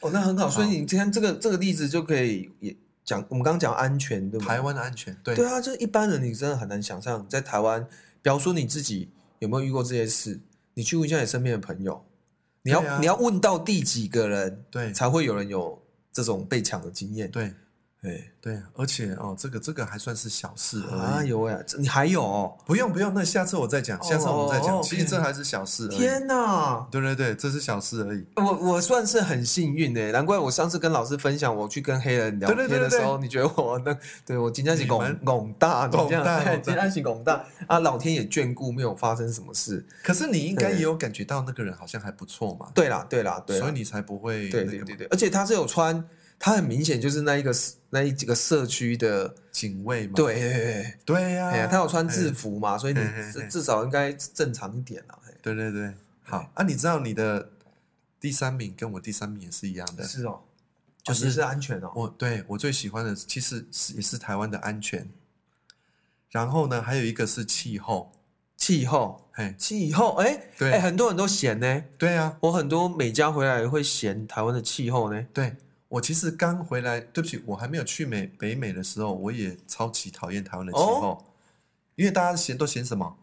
S1: 哦，那很好，所以你今天这个这个例子就可以也讲，我们刚刚讲安全，对不
S2: 台
S1: 对？
S2: 湾的安全，对
S1: 对啊，就是一般人你真的很难想象，在台湾，比方说你自己有没有遇过这些事？你去问一下你身边的朋友，你要、
S2: 对啊
S1: 你要问到第几个人
S2: 对
S1: 才会有人有这种被抢的经验？
S2: 对
S1: 对，
S2: 对，而且哦，这个这个还算是小事而
S1: 啊
S2: 已。
S1: 有哎，这你还有哦、
S2: 不用不用，那下次我再讲，下次我们再讲。
S1: 哦
S2: 其实
S1: OK
S2: 这还是小事而已。
S1: 天哪！
S2: 对对对，这是小事而已。
S1: 我我算是很幸运诶、难怪我上次跟老师分享我去跟黑人聊
S2: 对对
S1: 天
S2: 对
S1: 的
S2: 对
S1: 时候，你觉得我那对我今天是
S2: 你
S1: 拱
S2: 蛮
S1: 拱大，
S2: 拱大
S1: 你这样
S2: 拱大
S1: 对今天是拱大啊，老天也眷顾，没有发生什么事。
S2: 可是你应该
S1: 对
S2: 也有感觉到那个人好像还不错嘛，
S1: 对啦，对啦，对啦，啊
S2: 所以你才不会
S1: 对
S2: 那
S1: 对
S2: 个
S1: 对
S2: 嘛
S1: 对，而且他是有穿，他很明显就是那一个那一几个社区的，
S2: 警卫嘛。
S1: 对对对
S2: 对呀、
S1: 哎呀，他有穿制
S2: 哎。
S1: 服嘛，所以你
S2: 嘿嘿嘿
S1: 至至少应该正常一点啦。嘿
S2: 对对对，好啊，你知道你的第三名跟我第三名也是一啊样的。
S1: 是哦，
S2: 就
S1: 就是是是安全哦。
S2: 我对我最喜欢的其实是也是台湾的安全。然后呢，还有一个是气候，
S1: 气候，
S2: 嘿，
S1: 气候，哎、
S2: 对
S1: 哎、很多人都嫌呢。
S2: 对啊，
S1: 我很多美加回来会嫌台湾的气候呢。
S2: 对我其实刚回来，对不起，我还没有去美北美的时候，我也超级讨厌台湾的气候，
S1: 哦
S2: 因为大家嫌都嫌什么，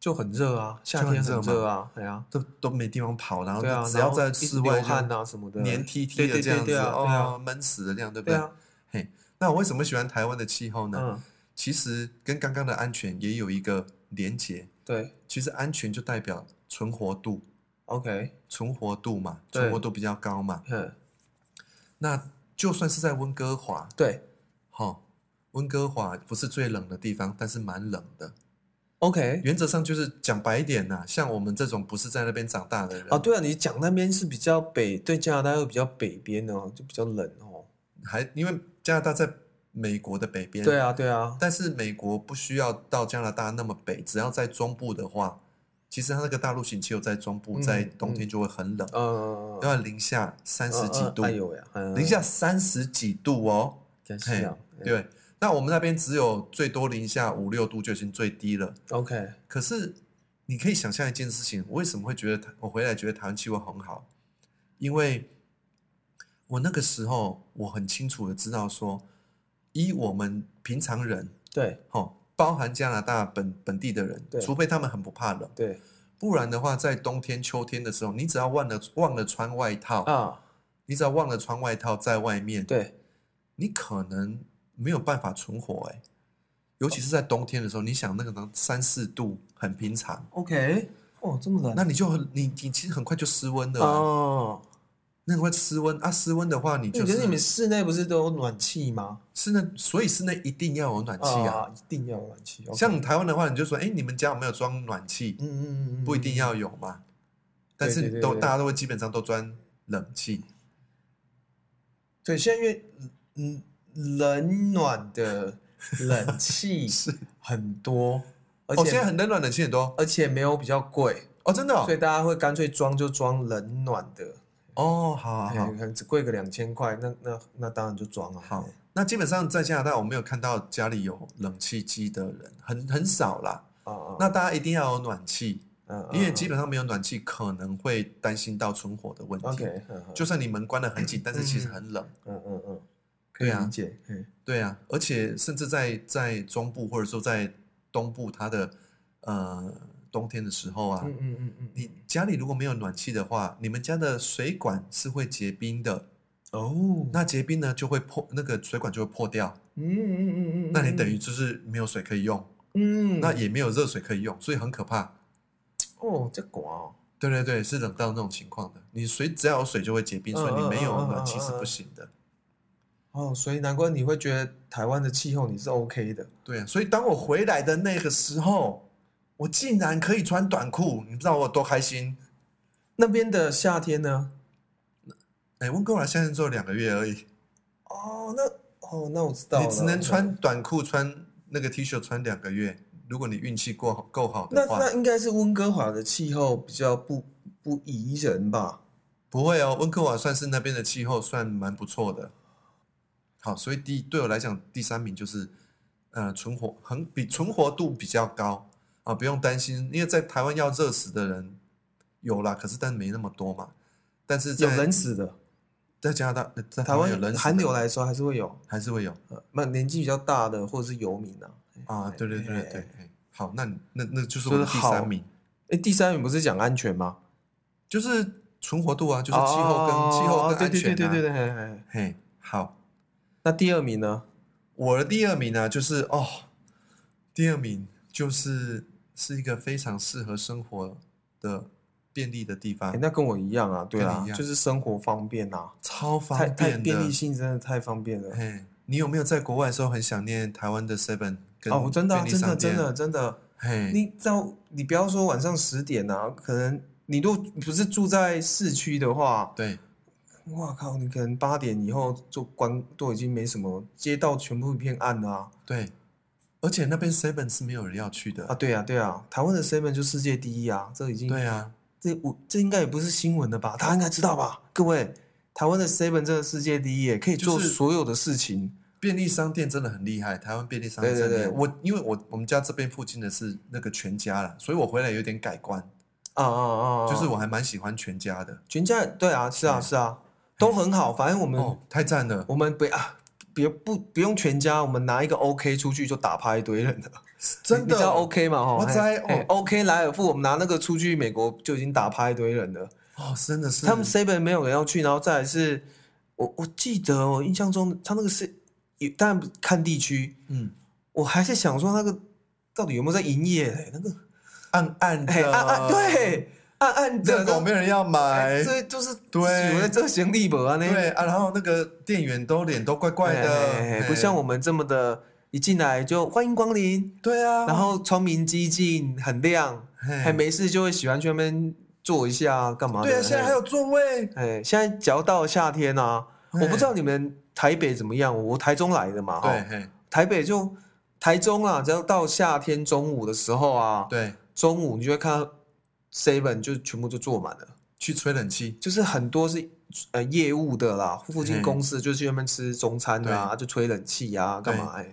S1: 就很热啊，夏天
S2: 就
S1: 很
S2: 很热嘛
S1: 热啊，对啊，
S2: 都都没地方跑，然后
S1: 对啊，
S2: 只要
S1: 然后
S2: 在
S1: 一直
S2: 室
S1: 流
S2: 外
S1: 汗
S2: 就
S1: 啊什么的，
S2: 黏 T T
S1: 对
S2: 的
S1: 对
S2: 这
S1: 对
S2: 样子，
S1: 对啊对啊
S2: 哦，闷死的这样，对不
S1: 对
S2: 对？
S1: 啊，
S2: 嘿，那我为什么喜欢台湾的气候呢？
S1: 嗯，
S2: 其实跟刚刚的安全也有一个连结。
S1: 对
S2: 其实安全就代表存活度，
S1: ，OK，
S2: 存活度嘛，
S1: 对
S2: 存活度比较高嘛。
S1: 嗯，
S2: 那就算是在温哥华，
S1: 对
S2: 哈、温哥华不是最冷的地方，但是蛮冷的。
S1: ，OK，
S2: 原则上就是讲白一点呐、像我们这种不是在那边长大的人，
S1: 啊，对啊，你讲那边是比较北，对加拿大又比较北边哦，就比较冷哦。
S2: 还因为加拿大在美国的北边，
S1: 对，啊，对啊，
S2: 但是美国不需要到加拿大那么北，只要在中部的话，其实它那个大陆型气候在中部，
S1: 嗯
S2: 在冬天就会很冷，
S1: 呃，
S2: 要零下三十几
S1: 嗯嗯
S2: 度，
S1: 哎呦呀，嗯
S2: 零，下三十几度哦。
S1: 真是啊，哎
S2: 对，那我们那边只有最多零下五六度就已经最低了。
S1: ，OK，
S2: 可是你可以想象一件事情，我为什么会觉得台我回来觉得台湾气候很好？因为我那个时候我很清楚的知道说，依我们平常人，
S1: 对
S2: 哦，包含加拿大本本地的人
S1: 对，
S2: 除非他们很不怕冷，
S1: 对
S2: 不然的话，在冬天、秋天的时候，你只要忘了忘了穿外套，
S1: 啊，
S2: 你只要忘了穿外套在外面，
S1: 对，
S2: 你可能没有办法存活哎、尤其是在冬天的时候，你想那个能三四度很平常，
S1: OK，哦，这么冷
S2: 那你就很你你其实很快就失温了、啊，
S1: 哦，
S2: 那很快失温啊，失温的话你
S1: 可
S2: 就是是
S1: 你们室内不是都有暖气吗？
S2: 室内，所以室内一定要有暖气啊。
S1: 一定要有暖气。OK
S2: 像台湾的话，你就说，哎、你们家有没有装暖气？
S1: 嗯嗯嗯嗯，
S2: 不一定要有嘛，但是
S1: 对对
S2: 都
S1: 对对
S2: 大家都会基本上都装冷气，
S1: 对，现在因为嗯嗯冷暖的冷气
S2: 是
S1: 很多，而
S2: 哦，现在
S1: 且
S2: 很冷暖冷气很多
S1: 而且没有比较贵，
S2: 哦，真的哦
S1: 所以，大家会干脆装就装冷暖的，
S2: 哦，好好
S1: 哎
S2: 好
S1: 可，能只贵个两千块，那那那当然就装啊。
S2: 好，那基本上在加拿大，我没有看到家里有冷气机的人，很很少啦。
S1: 啊啊，
S2: 那大家一定要有暖气，
S1: 嗯
S2: 因为基本上没有暖气，可能会担心到存活的问题。
S1: OK，嗯嗯
S2: 就算你门关得很紧，但是其实很冷。
S1: 嗯嗯嗯，可以
S2: 对啊
S1: 理解。嗯
S2: 对啊，而且甚至在在中部或者说在东部，它的呃冬天的时候啊，
S1: 嗯嗯嗯嗯，
S2: 你家里如果没有暖气的话，你们家的水管是会结冰的。
S1: 哦，
S2: 那结冰呢，就会破那个水管就会破掉，
S1: 嗯嗯嗯嗯嗯，
S2: 那你等于就是没有水可以用。
S1: 嗯，
S2: 那也没有热水可以用，所以很可怕。
S1: 哦，这广哦。
S2: 对对对，是冷到那种情况的。你水只要有水就会结冰，所以
S1: 嗯
S2: 你没有暖气是不行的。
S1: 哦，所以难怪你会觉得台湾的气候你是 OK 的，
S2: 对啊，所以当我回来的那个时候，我竟然可以穿短裤，你不知道我有多开心。
S1: 那边的夏天呢？
S2: 哎，温哥华现在只有两个月而已，
S1: 哦，那哦，那我知道了，
S2: 你只能穿短裤、穿那个 T 恤穿两个月。如果你运气过够好
S1: 那
S2: 的话，
S1: 那应该是温哥华的气候比较不不宜人吧？
S2: 不会哦，温哥华算是那边的气候算蛮不错的。好，所以第对我来讲，第三名就是，呃，存活很比存活度比较高啊，不用担心，因为在台湾要热死的人有啦，可是但没那么多嘛。但是
S1: 有
S2: 在
S1: 冷死的，
S2: 在加拿大，呃在
S1: 台
S2: 有人
S1: 湾
S2: 死
S1: 寒
S2: 的
S1: 流
S2: 吗
S1: 来说还是会有，
S2: 还是会有
S1: 呃那年纪比较大的或者是游民啊。
S2: 啊，对对对对对。哎好，那你那那就是
S1: 就
S2: 我的
S1: 是
S2: 第
S1: 好
S2: 三名，
S1: 哎，第三名不是讲安全吗？
S2: 就是存活度啊，就
S1: 就是
S2: 气候跟、气候
S1: 哦
S2: 跟安全啊。
S1: 对对对对对对。嘿嘿
S2: 嘿，好，
S1: 那第二名呢？
S2: 我的第二名呢、就是哦，第二名就是是一个非常适合生活的便利的地方
S1: 诶，那跟我一样啊，对
S2: 跟
S1: 啊
S2: 你一，样
S1: 就是生活方便啊，
S2: 超
S1: 太
S2: 方
S1: 太
S2: 便
S1: 便利
S2: 的。
S1: 性真的太方便了。
S2: 嘿，你有没有在国外的时候很想念台湾的 Seven 跟
S1: 哦，真的啊、
S2: 便利
S1: 真的，
S2: 商店
S1: 真的，真的，
S2: 嘿，
S1: 你到你不要说晚上十点啊，可能你如果不是住在市区的话，
S2: 对
S1: 哇靠，你可能八点以后就关，都已经没什么，街道全部一片暗了啊。
S2: 对，而且那边 Seven 是没有人要去的。
S1: 啊，对啊，对啊，台湾的 seven 就世界第一啊，这已经
S2: 对啊，
S1: 这我这应该也不是新闻了吧？大家应该知道吧？各位，台湾的 seven 真的世界第一耶，可以做
S2: 就是
S1: 所有的事情，
S2: 便利商店真的很厉害，台湾便利商店
S1: 对对
S2: 真的厉害。
S1: 对
S2: 我因为我我们家这边附近的是那个全家啦，所以我回来有点改观，
S1: 啊啊啊！啊
S2: 就是我还蛮喜欢全家的。
S1: 全家对啊，是啊
S2: 嗯
S1: 是啊，都很好。反正我们、
S2: 哦，太赞了！
S1: 我们不啊，别不不用全家，我们拿一个 OK 出去就打趴一堆人了。
S2: 真
S1: 你知
S2: 的
S1: 道 OK 嘛？哈，
S2: 我知
S1: 嘿
S2: 哦
S1: 嘿 OK 莱尔富，我们拿那个出去美国就已经打趴一堆人了。
S2: 哦，真的是
S1: 他们 seven 没有人要去，然后再来是，我我记得我印象中他那个是，也当然看地区，
S2: 嗯
S1: 我还是想说那个到底有没有在营业嘞？那个
S2: 暗暗
S1: 哎
S2: 的，
S1: 暗暗， 对啊暗暗的
S2: 热狗没有人要买，
S1: 这哎就是
S2: 哎对
S1: 我在这行李本啊那
S2: 对啊，然后那个店员都脸都怪怪的，
S1: 哎
S2: 哎
S1: 不像我们这么的，一进来就欢迎光临，
S2: 对啊，
S1: 然后窗明几净，很亮，还
S2: 还
S1: 没事就会喜欢去那边坐一下干嘛的？
S2: 对啊，现在还有座位，
S1: 哎，现在只要到夏天啊，
S2: 哎
S1: 我不知道你哦们台北怎么样，我台中来的嘛，
S2: 对
S1: 哈，
S2: 嘿
S1: 台北就台中啦，只要到夏天中午的时候啊，
S2: 对，
S1: 中午你就会看到 seven 就全部就坐满了，
S2: 去吹冷气，
S1: 就是很多是呃业务的啦，附近
S2: 嗯
S1: 公司就去那边吃中餐啊，就吹冷气啊，干嘛哎，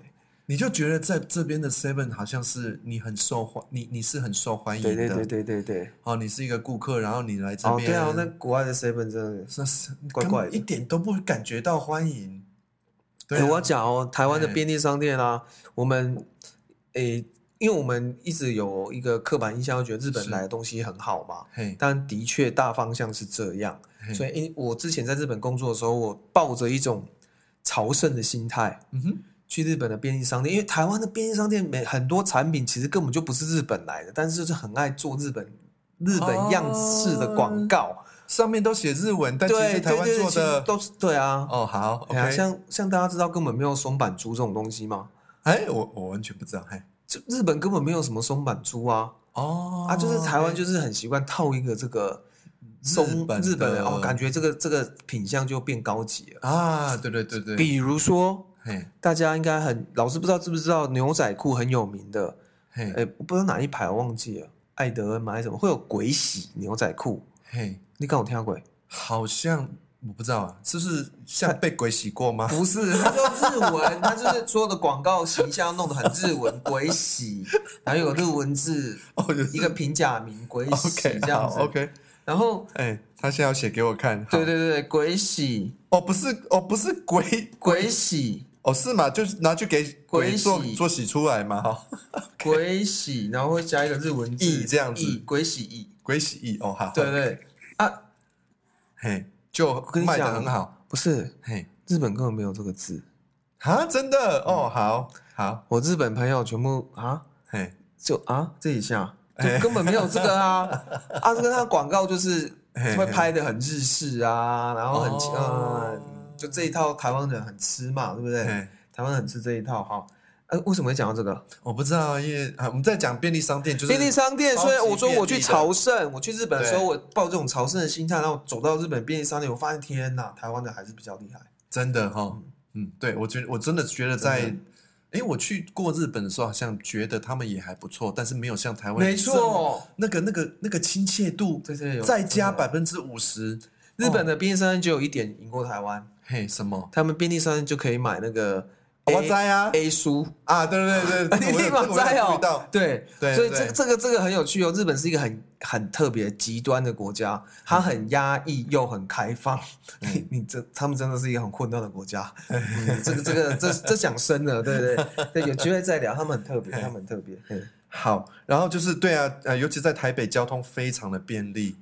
S2: 你就觉得在这边的 Seven 好像是你很受欢，你你是很受欢迎的，
S1: 对对对对对对，
S2: 哦，你是一个顾客，然后你来这
S1: 哦
S2: 边，
S1: 对啊，那国外的 seven 真的。
S2: 那是
S1: 怪
S2: 根
S1: 怪
S2: 本
S1: 的
S2: 一点都不感觉到欢迎，对
S1: 欸
S2: 啊，
S1: 我要讲哦，台湾的
S2: 哎
S1: 便利商店啊，我们诶、因为我们一直有一个刻板印象，觉得日本
S2: 是
S1: 来的东西很好嘛。
S2: 嘿，
S1: 但的确大方向是这样，
S2: 嘿
S1: 所以因我之前在日本工作的时候，我抱着一种朝圣的心态
S2: 嗯哼，
S1: 去日本的便利商店，因为台湾的便利商店每很多产品其实根本就不是日本来的，但是就是很爱做日本日本样式的广告，
S2: 上面都写日文，哦但其
S1: 对
S2: 实
S1: 对
S2: 台湾
S1: 对，
S2: 做
S1: 其实
S2: 的
S1: 都是对啊。
S2: 哦，好
S1: 哎呀
S2: ，OK，
S1: 像像大家知道根本没有松板猪这种东西嘛，
S2: 哎，我我完全不知道，嘿，
S1: 就日本根本没有什么松板猪啊、
S2: 哦，
S1: 啊，就是台湾
S2: 嘿
S1: 就是很习惯套一个这个
S2: 日
S1: 松
S2: 本
S1: 日本人
S2: 的
S1: 哦，感觉这个这个品相就变高级了。
S2: 啊，对对对对，
S1: 比如说，
S2: 嘿
S1: 大家应该很老师不知道知不知道牛仔裤很有名的，
S2: 嘿
S1: 哎，我不知道哪一排我忘记了，艾德恩吗还是什么？会有鬼洗牛仔裤？
S2: 嘿，
S1: 你刚有听到鬼？
S2: 好像我不知道啊，是不是像被鬼洗过吗？
S1: 不是，他就日文，他就是所有的广告形象弄得很日文，鬼洗，然后有日文字，
S2: 哦，有
S1: 一个平假名鬼洗
S2: OK
S1: 这样
S2: 好
S1: 子。
S2: OK，
S1: 然后，
S2: 哎，他现在要写给我看，好
S1: 对，对对，鬼洗
S2: 哦不是哦不是鬼，
S1: 鬼洗
S2: 哦是嘛，就是拿去给
S1: 鬼
S2: 鬼做
S1: 洗
S2: 做洗出来嘛，哈，
S1: 鬼洗，然后会加一个日文字
S2: 意这样子
S1: 意鬼洗意，
S2: 鬼洗意哦好，
S1: 对对，对啊，
S2: 嘿，就
S1: 跟你
S2: 卖的
S1: 讲
S2: 很好，
S1: 不是
S2: 嘿，
S1: 日本根本没有这个字，
S2: 啊真的
S1: 嗯
S2: 哦好好，
S1: 我日本朋友全部啊
S2: 嘿，
S1: 就啊这一下就
S2: 哎
S1: 根本没有这个 啊啊，这个它的广告就是
S2: 哎
S1: 会拍的很日式啊，然后很
S2: 哦
S1: 嗯，就这一套台湾人很吃嘛，对不对？
S2: 嘿。
S1: 台湾人很吃这一套哈。呃，为什么会讲到这个？
S2: 我不知道啊，因为啊，我们在讲便利商店，就是
S1: 便利商店，
S2: 超
S1: 所以
S2: 级
S1: 我说
S2: 便
S1: 我去
S2: 利的
S1: 朝圣，我去日本的时候，
S2: 对
S1: 我抱这种朝圣的心态，然后走到日本便利商店，我发现天呐，台湾的还是比较厉害。
S2: 真的哈，嗯，对我觉得我真的觉得在
S1: 真，
S2: 哎，我去过日本的时候，好像觉得他们也还不错，但是没有像台湾
S1: 没
S2: 这么，
S1: 错，
S2: 那个那个那个亲切度
S1: 对对，有
S2: 再加
S1: 真的哦
S2: 百分之五十，
S1: 日本的便利商店只有一点赢过台湾，
S2: 嘿，什么？
S1: 他们便利商店就可以买那个
S2: 啊
S1: A,
S2: 我摘啊
S1: A 书，
S2: 啊，对对对对，
S1: 你立马摘
S2: 摘
S1: 哦，，对
S2: 对
S1: 所以
S2: 对
S1: 这个这个这个很有趣哦。日本是一个很很特别极端的国家，它很压抑又很开放。你你这他们真的是一个很混乱的国家。嗯这个这个这这讲深了，对对对，有机会再聊。他们很特别，他们很特别。嗯
S2: 好，然后就是对啊，呃，尤其在台北交通非常的便利，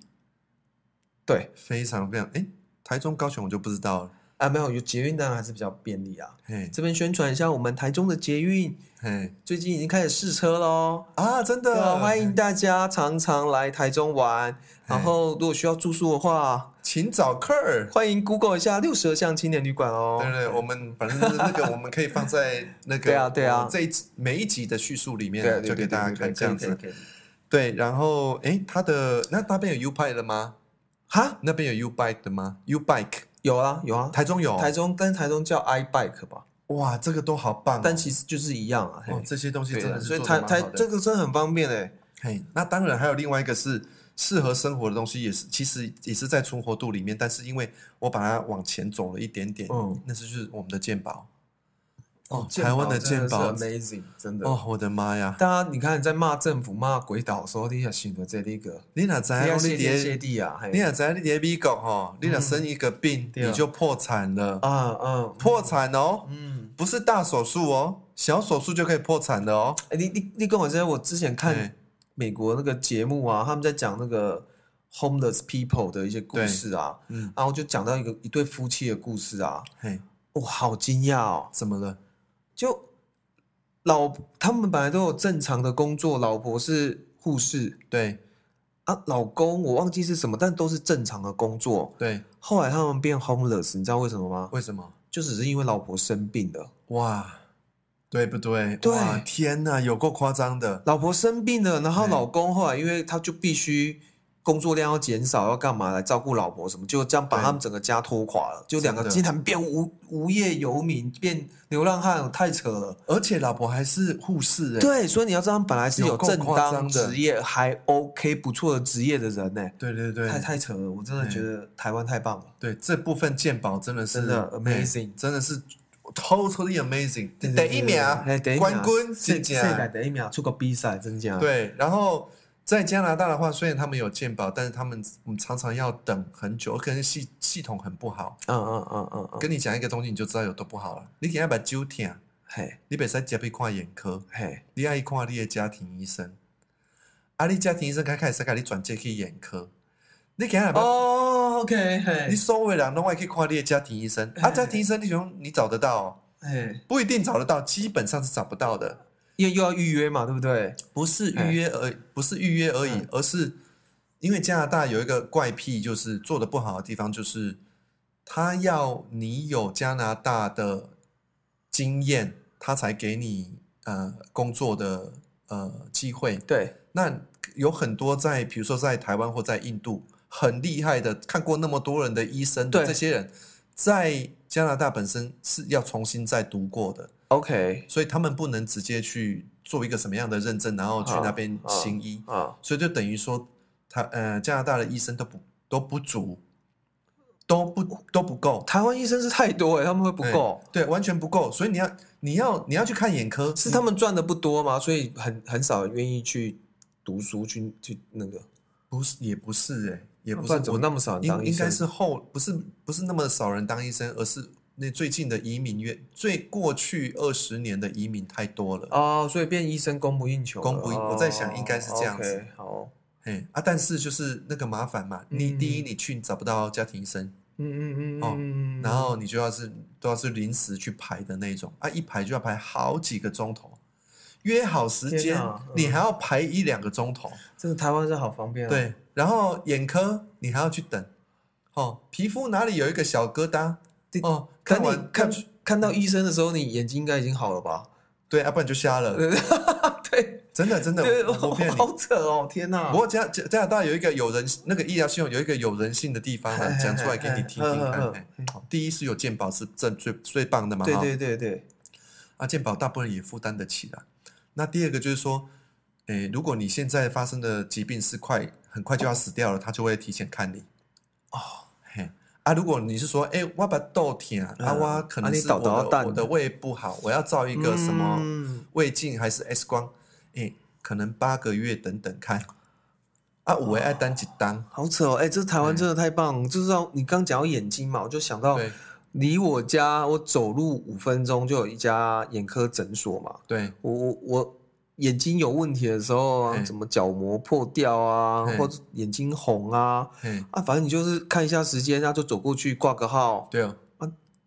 S1: 对
S2: 非常非常，哎，台中、高雄我就不知道了，
S1: 啊，没有有捷运当然还是比较便利啊。
S2: 嘿，
S1: 这边宣传一下，我们台中的捷运
S2: 嘿，
S1: 最近已经开始试车喽。
S2: 啊，真
S1: 对啊，
S2: 的，
S1: 欢迎，大家常常来台中玩。然后，如果需要住宿的话，
S2: 请找客儿。
S1: 欢迎 Google 一下六十二巷青年旅馆哦。
S2: 对对，我们反正就是那个，我们可以放在那个
S1: 对啊对啊
S2: 我们这一集每一集的叙述里
S1: 对
S2: 面，
S1: 对
S2: 就给大家看这样子。。
S1: 对
S2: 对，然后哎，它的那那边有 U Bike 的吗？
S1: 哈，
S2: 那边有 U Bike 的吗？U Bike
S1: 有啊有啊，
S2: 台中有，
S1: 台中但台中叫 i bike 吧，
S2: 哇，这个都好棒哦，
S1: 但其实就是一样啊。嘿
S2: 哦这些东西
S1: 对
S2: 真
S1: 啊
S2: 的是
S1: 所以
S2: 做
S1: 台
S2: 得蛮
S1: 台
S2: 好的
S1: 这个真的很方便哎。
S2: 嘿，那当然还有另外一个是适合生活的东西，也是其实也是在存活度里面，但是因为我把它往前走了一点点，
S1: 嗯
S2: 那是就是我们的健保。哦，台湾的
S1: 健
S2: 健
S1: 保
S2: 保
S1: 真的是 amazing，真的。
S2: 哦，我的妈呀！
S1: 大家你看你在骂政府、骂鬼岛的时候，你也想到这里个，
S2: 你哪知道
S1: 你要谢
S2: 你
S1: 天谢
S2: 爹，
S1: 地啊！嘿
S2: 哎你哪知道你爹美国吼，你哪生一个病
S1: 对啊
S2: 你就破产了，
S1: 啊啊，
S2: 破产哦，
S1: 嗯，
S2: 不是大手术哦，小手术就可以破产的哦。
S1: 哎，你你你跟我之前，我之前
S2: 对
S1: 看美国那个节目啊，他们在讲那个 homeless people 的一些故
S2: 对
S1: 事啊，
S2: 嗯，
S1: 然后就讲到一个一对夫妻的故事啊，
S2: 嘿，
S1: 我好惊讶哦！
S2: 怎么了？
S1: 就老他们本来都有正常的工作，老婆是护士
S2: 对
S1: 啊，老公我忘记是什么，但都是正常的工作。
S2: 对，
S1: 后来他们变 homeless，你知道为什么吗？
S2: 为什么？
S1: 就只是因为老婆生病了，
S2: 哇，对不对？
S1: 对
S2: 哇，天哪，有够夸张的。
S1: 老婆生病了，然后
S2: 对
S1: 老公后来因为他就必须工作量要减少，要干嘛来照顾老婆什么，就这样把
S2: 对
S1: 他们整个家拖垮了，就两个
S2: 真的
S1: 竟然变无无业游民，变流浪汉，太扯了。
S2: 而且老婆还是护士哎、
S1: 对，所以你要知道，他们本来是
S2: 有
S1: 有
S2: 够
S1: 正
S2: 夸
S1: 当
S2: 张的
S1: 职业，还 OK 不错的职业的人呢、
S2: 对对对嗯
S1: 太太扯了，我真的
S2: 对
S1: 觉得台湾太棒了。
S2: 对，这部分鉴宝真的是
S1: 真的
S2: 哎
S1: amazing
S2: 真的是 totally amazing。
S1: 对
S2: 第一名啊
S1: 哎，第一，名
S2: 冠军，
S1: 世世
S2: 真
S1: 界
S2: 的
S1: 第一名，啊出国比赛，真啊假？，
S2: 对，然后。在加拿大的话，虽然他们有鉴宝，但是他们嗯常常要等很久，可能系系统很不好。
S1: 嗯嗯嗯嗯嗯，
S2: 跟你讲一个东西，你就知道有多不好了。你给他把酒听，
S1: 嘿
S2: 你别在家被看眼科，
S1: 嘿，
S2: 你爱看你的家庭医生。啊，你家庭医生开开始给你转介去眼科，你给他把
S1: 哦，OK，嘿
S2: 你所有的人拢爱去看你的家庭医生，啊，家庭医生你想你找得到、哦，
S1: 嘿，
S2: 不一定找得到，基本上是找不到的。
S1: 又又要预约嘛，对不对？
S2: 不是预约而不是预约而已
S1: 嗯，
S2: 而是因为加拿大有一个怪癖，就是做的不好的地方，就是他要你有加拿大的经验，他才给你呃工作的呃机会。
S1: 对，
S2: 那有很多在，比如说在台湾或在印度很厉害的，看过那么多人的医生的
S1: 对
S2: 这些人，在加拿大本身是要重新再读过的，
S1: OK，
S2: 所以他们不能直接去做一个什么样的认证，然后去
S1: 啊
S2: 那边行医，
S1: 啊，
S2: 所以就等于说，他呃加拿大的医生都不都不足，都不都不够，
S1: 台湾医生是太多哎，他们会不够，
S2: 对，完全不够，所以你要你要你要去看眼科，
S1: 是他们赚的不多嘛，所以很很少愿意去读书去去那个，
S2: 不是也不是哎、也
S1: 也
S2: 不是
S1: 怎
S2: 我
S1: 么那么少人当
S2: 应
S1: 医
S2: 应该
S1: 生？
S2: 是后不是不是那么少人当医生，而是那最近的移民越最过去二十年的移民太多了。
S1: 哦，所以变医生供不应求了，
S2: 供不应
S1: 哦
S2: 我在想应该是这样子
S1: OK，好，
S2: 嘿啊，但是就是那个麻烦嘛，你
S1: 嗯
S2: 第一你去找不到家庭医生，
S1: 嗯嗯嗯
S2: 哦
S1: 嗯，
S2: 然后你就要是都要是临时去排的那种啊，一排就要排好几个钟头，约好时
S1: 天
S2: 间
S1: 哪
S2: 你还要排一两个钟头，
S1: 真的台湾是好方便啊。，
S2: 对，然后眼科你还要去等，哦，皮肤哪里有一个小疙瘩
S1: 对，
S2: 哦，
S1: 可
S2: 看
S1: 你
S2: 完
S1: 看看到医生的时候，你眼睛应该已经好了 吧？
S2: 对，啊要、不然就瞎了。
S1: 对
S2: 真的真的，
S1: 对，
S2: 我不骗你。
S1: 好扯哦，天哪！
S2: 不过加加加拿大有一个有人那个医疗系统有一个有人性的地方
S1: 嘿嘿
S2: 啊，
S1: 嘿
S2: 讲出来给你听听
S1: 嘿嘿嗯
S2: 看。
S1: 嘿
S2: 嘿好第一是有健保是正最最棒的嘛，
S1: 对
S2: 哈
S1: 对对对，
S2: 啊，健保大部分人也负担得起啦。那第二个就是说，诶，如果你现在发生的疾病是快很快就要死掉了，他就会提前看你。
S1: 哦，
S2: 嘿。啊，如果你是说，诶，我把豆甜啊，啊，
S1: 嗯
S2: 我可
S1: 啊
S2: 能
S1: 你
S2: 是
S1: 倒
S2: 我
S1: 倒
S2: 的
S1: 蛋
S2: 我的胃不好，我要照一个什么
S1: 嗯
S2: 胃镜还是 X 光，诶，可能八个月等等看。啊，我爱单几单，
S1: 好扯哦！哎、这台湾真的太棒，就是让你刚讲到眼睛嘛，我就想到
S2: 对
S1: 离我家我走路五分钟就有一家眼科诊所嘛。
S2: 对
S1: 我我我眼睛有问题的时候啊，
S2: 嗯
S1: 什么角膜破掉啊，
S2: 嗯
S1: 或者眼睛红啊，
S2: 嘿，
S1: 啊，反正你就是看一下时间，然后就走过去挂个号，
S2: 对哦，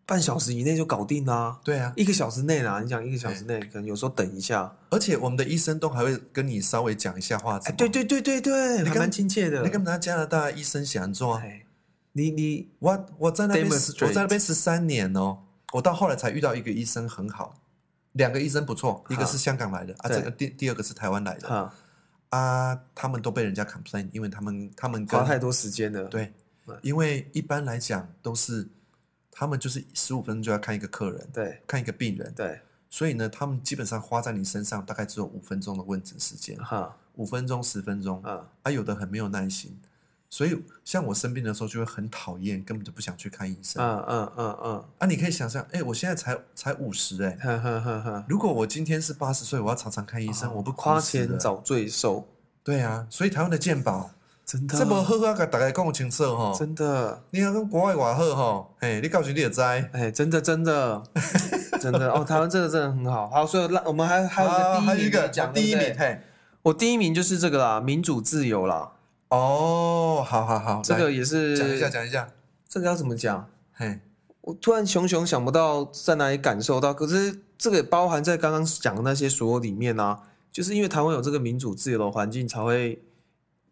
S1: 半小时以内就搞定啦、
S2: 对啊，
S1: 一个小时内啦，你讲一个小时内，可能有时候等一下，
S2: 而且我们的医生都还会跟你稍微讲一下话，
S1: 哎，
S2: 怎么
S1: 对，对对对对，还
S2: 跟
S1: 蛮亲切的。
S2: 你干嘛加拿大医生想做啊？
S1: 哎，你你
S2: 我我在那边十
S1: Demonstrate
S2: 我在那边十三年哦，我到后来才遇到一个医生很好，两个医生不错，一个是香港来的啊，
S1: 对
S2: 这个第第二个是台湾来的
S1: 啊，
S2: 啊，他们都被人家 complain，因为他们他们
S1: 花太
S2: 跟
S1: 多时间了。
S2: 对
S1: 对，
S2: 因为一般来讲都是他们就是十五分钟就要看一个客人，
S1: 对
S2: 看一个病人，
S1: 对，
S2: 所以呢，他们基本上花在你身上大概只有五分钟的问诊时间，
S1: 哈
S2: 五分钟十分钟
S1: 啊
S2: 啊，有的很没有耐心，所以像我生病的时候就会很讨厌，根本就不想去看医生。
S1: 嗯嗯嗯嗯，
S2: 啊，你可以想象，哎，我现在才才五十，哎，
S1: 哼哼哼哼，
S2: 如果我今天是八十岁，我要常常看医生，我不哭
S1: 啊花
S2: 死
S1: 钱
S2: 了。
S1: 找罪受，
S2: 对啊，所以台湾的健保
S1: 真的
S2: 这么好啊，给大家讲清楚吼。
S1: 真的，
S2: 你要跟国外外好吼，嘿，你告诉你也知道。
S1: 哎，真的真的真的哦，台湾这个真的很好。好，所以那我们还还有
S2: 啊还
S1: 个第一
S2: 有一
S1: 名
S2: 个
S1: 没讲，
S2: 第
S1: 对
S2: 一
S1: 不
S2: 名，
S1: 对
S2: 嘿，
S1: 我第一名就是这个啦，民主自由啦，
S2: 哦，好好好，
S1: 这
S2: 来
S1: 个也是
S2: 讲一下，讲一下，
S1: 这个要怎么讲？
S2: 嘿，
S1: 我突然熊熊想不到在哪里感受到，可是这个也包含在刚刚讲的那些所有里面啊，就是因为台湾有这个民主自由的环境，才会，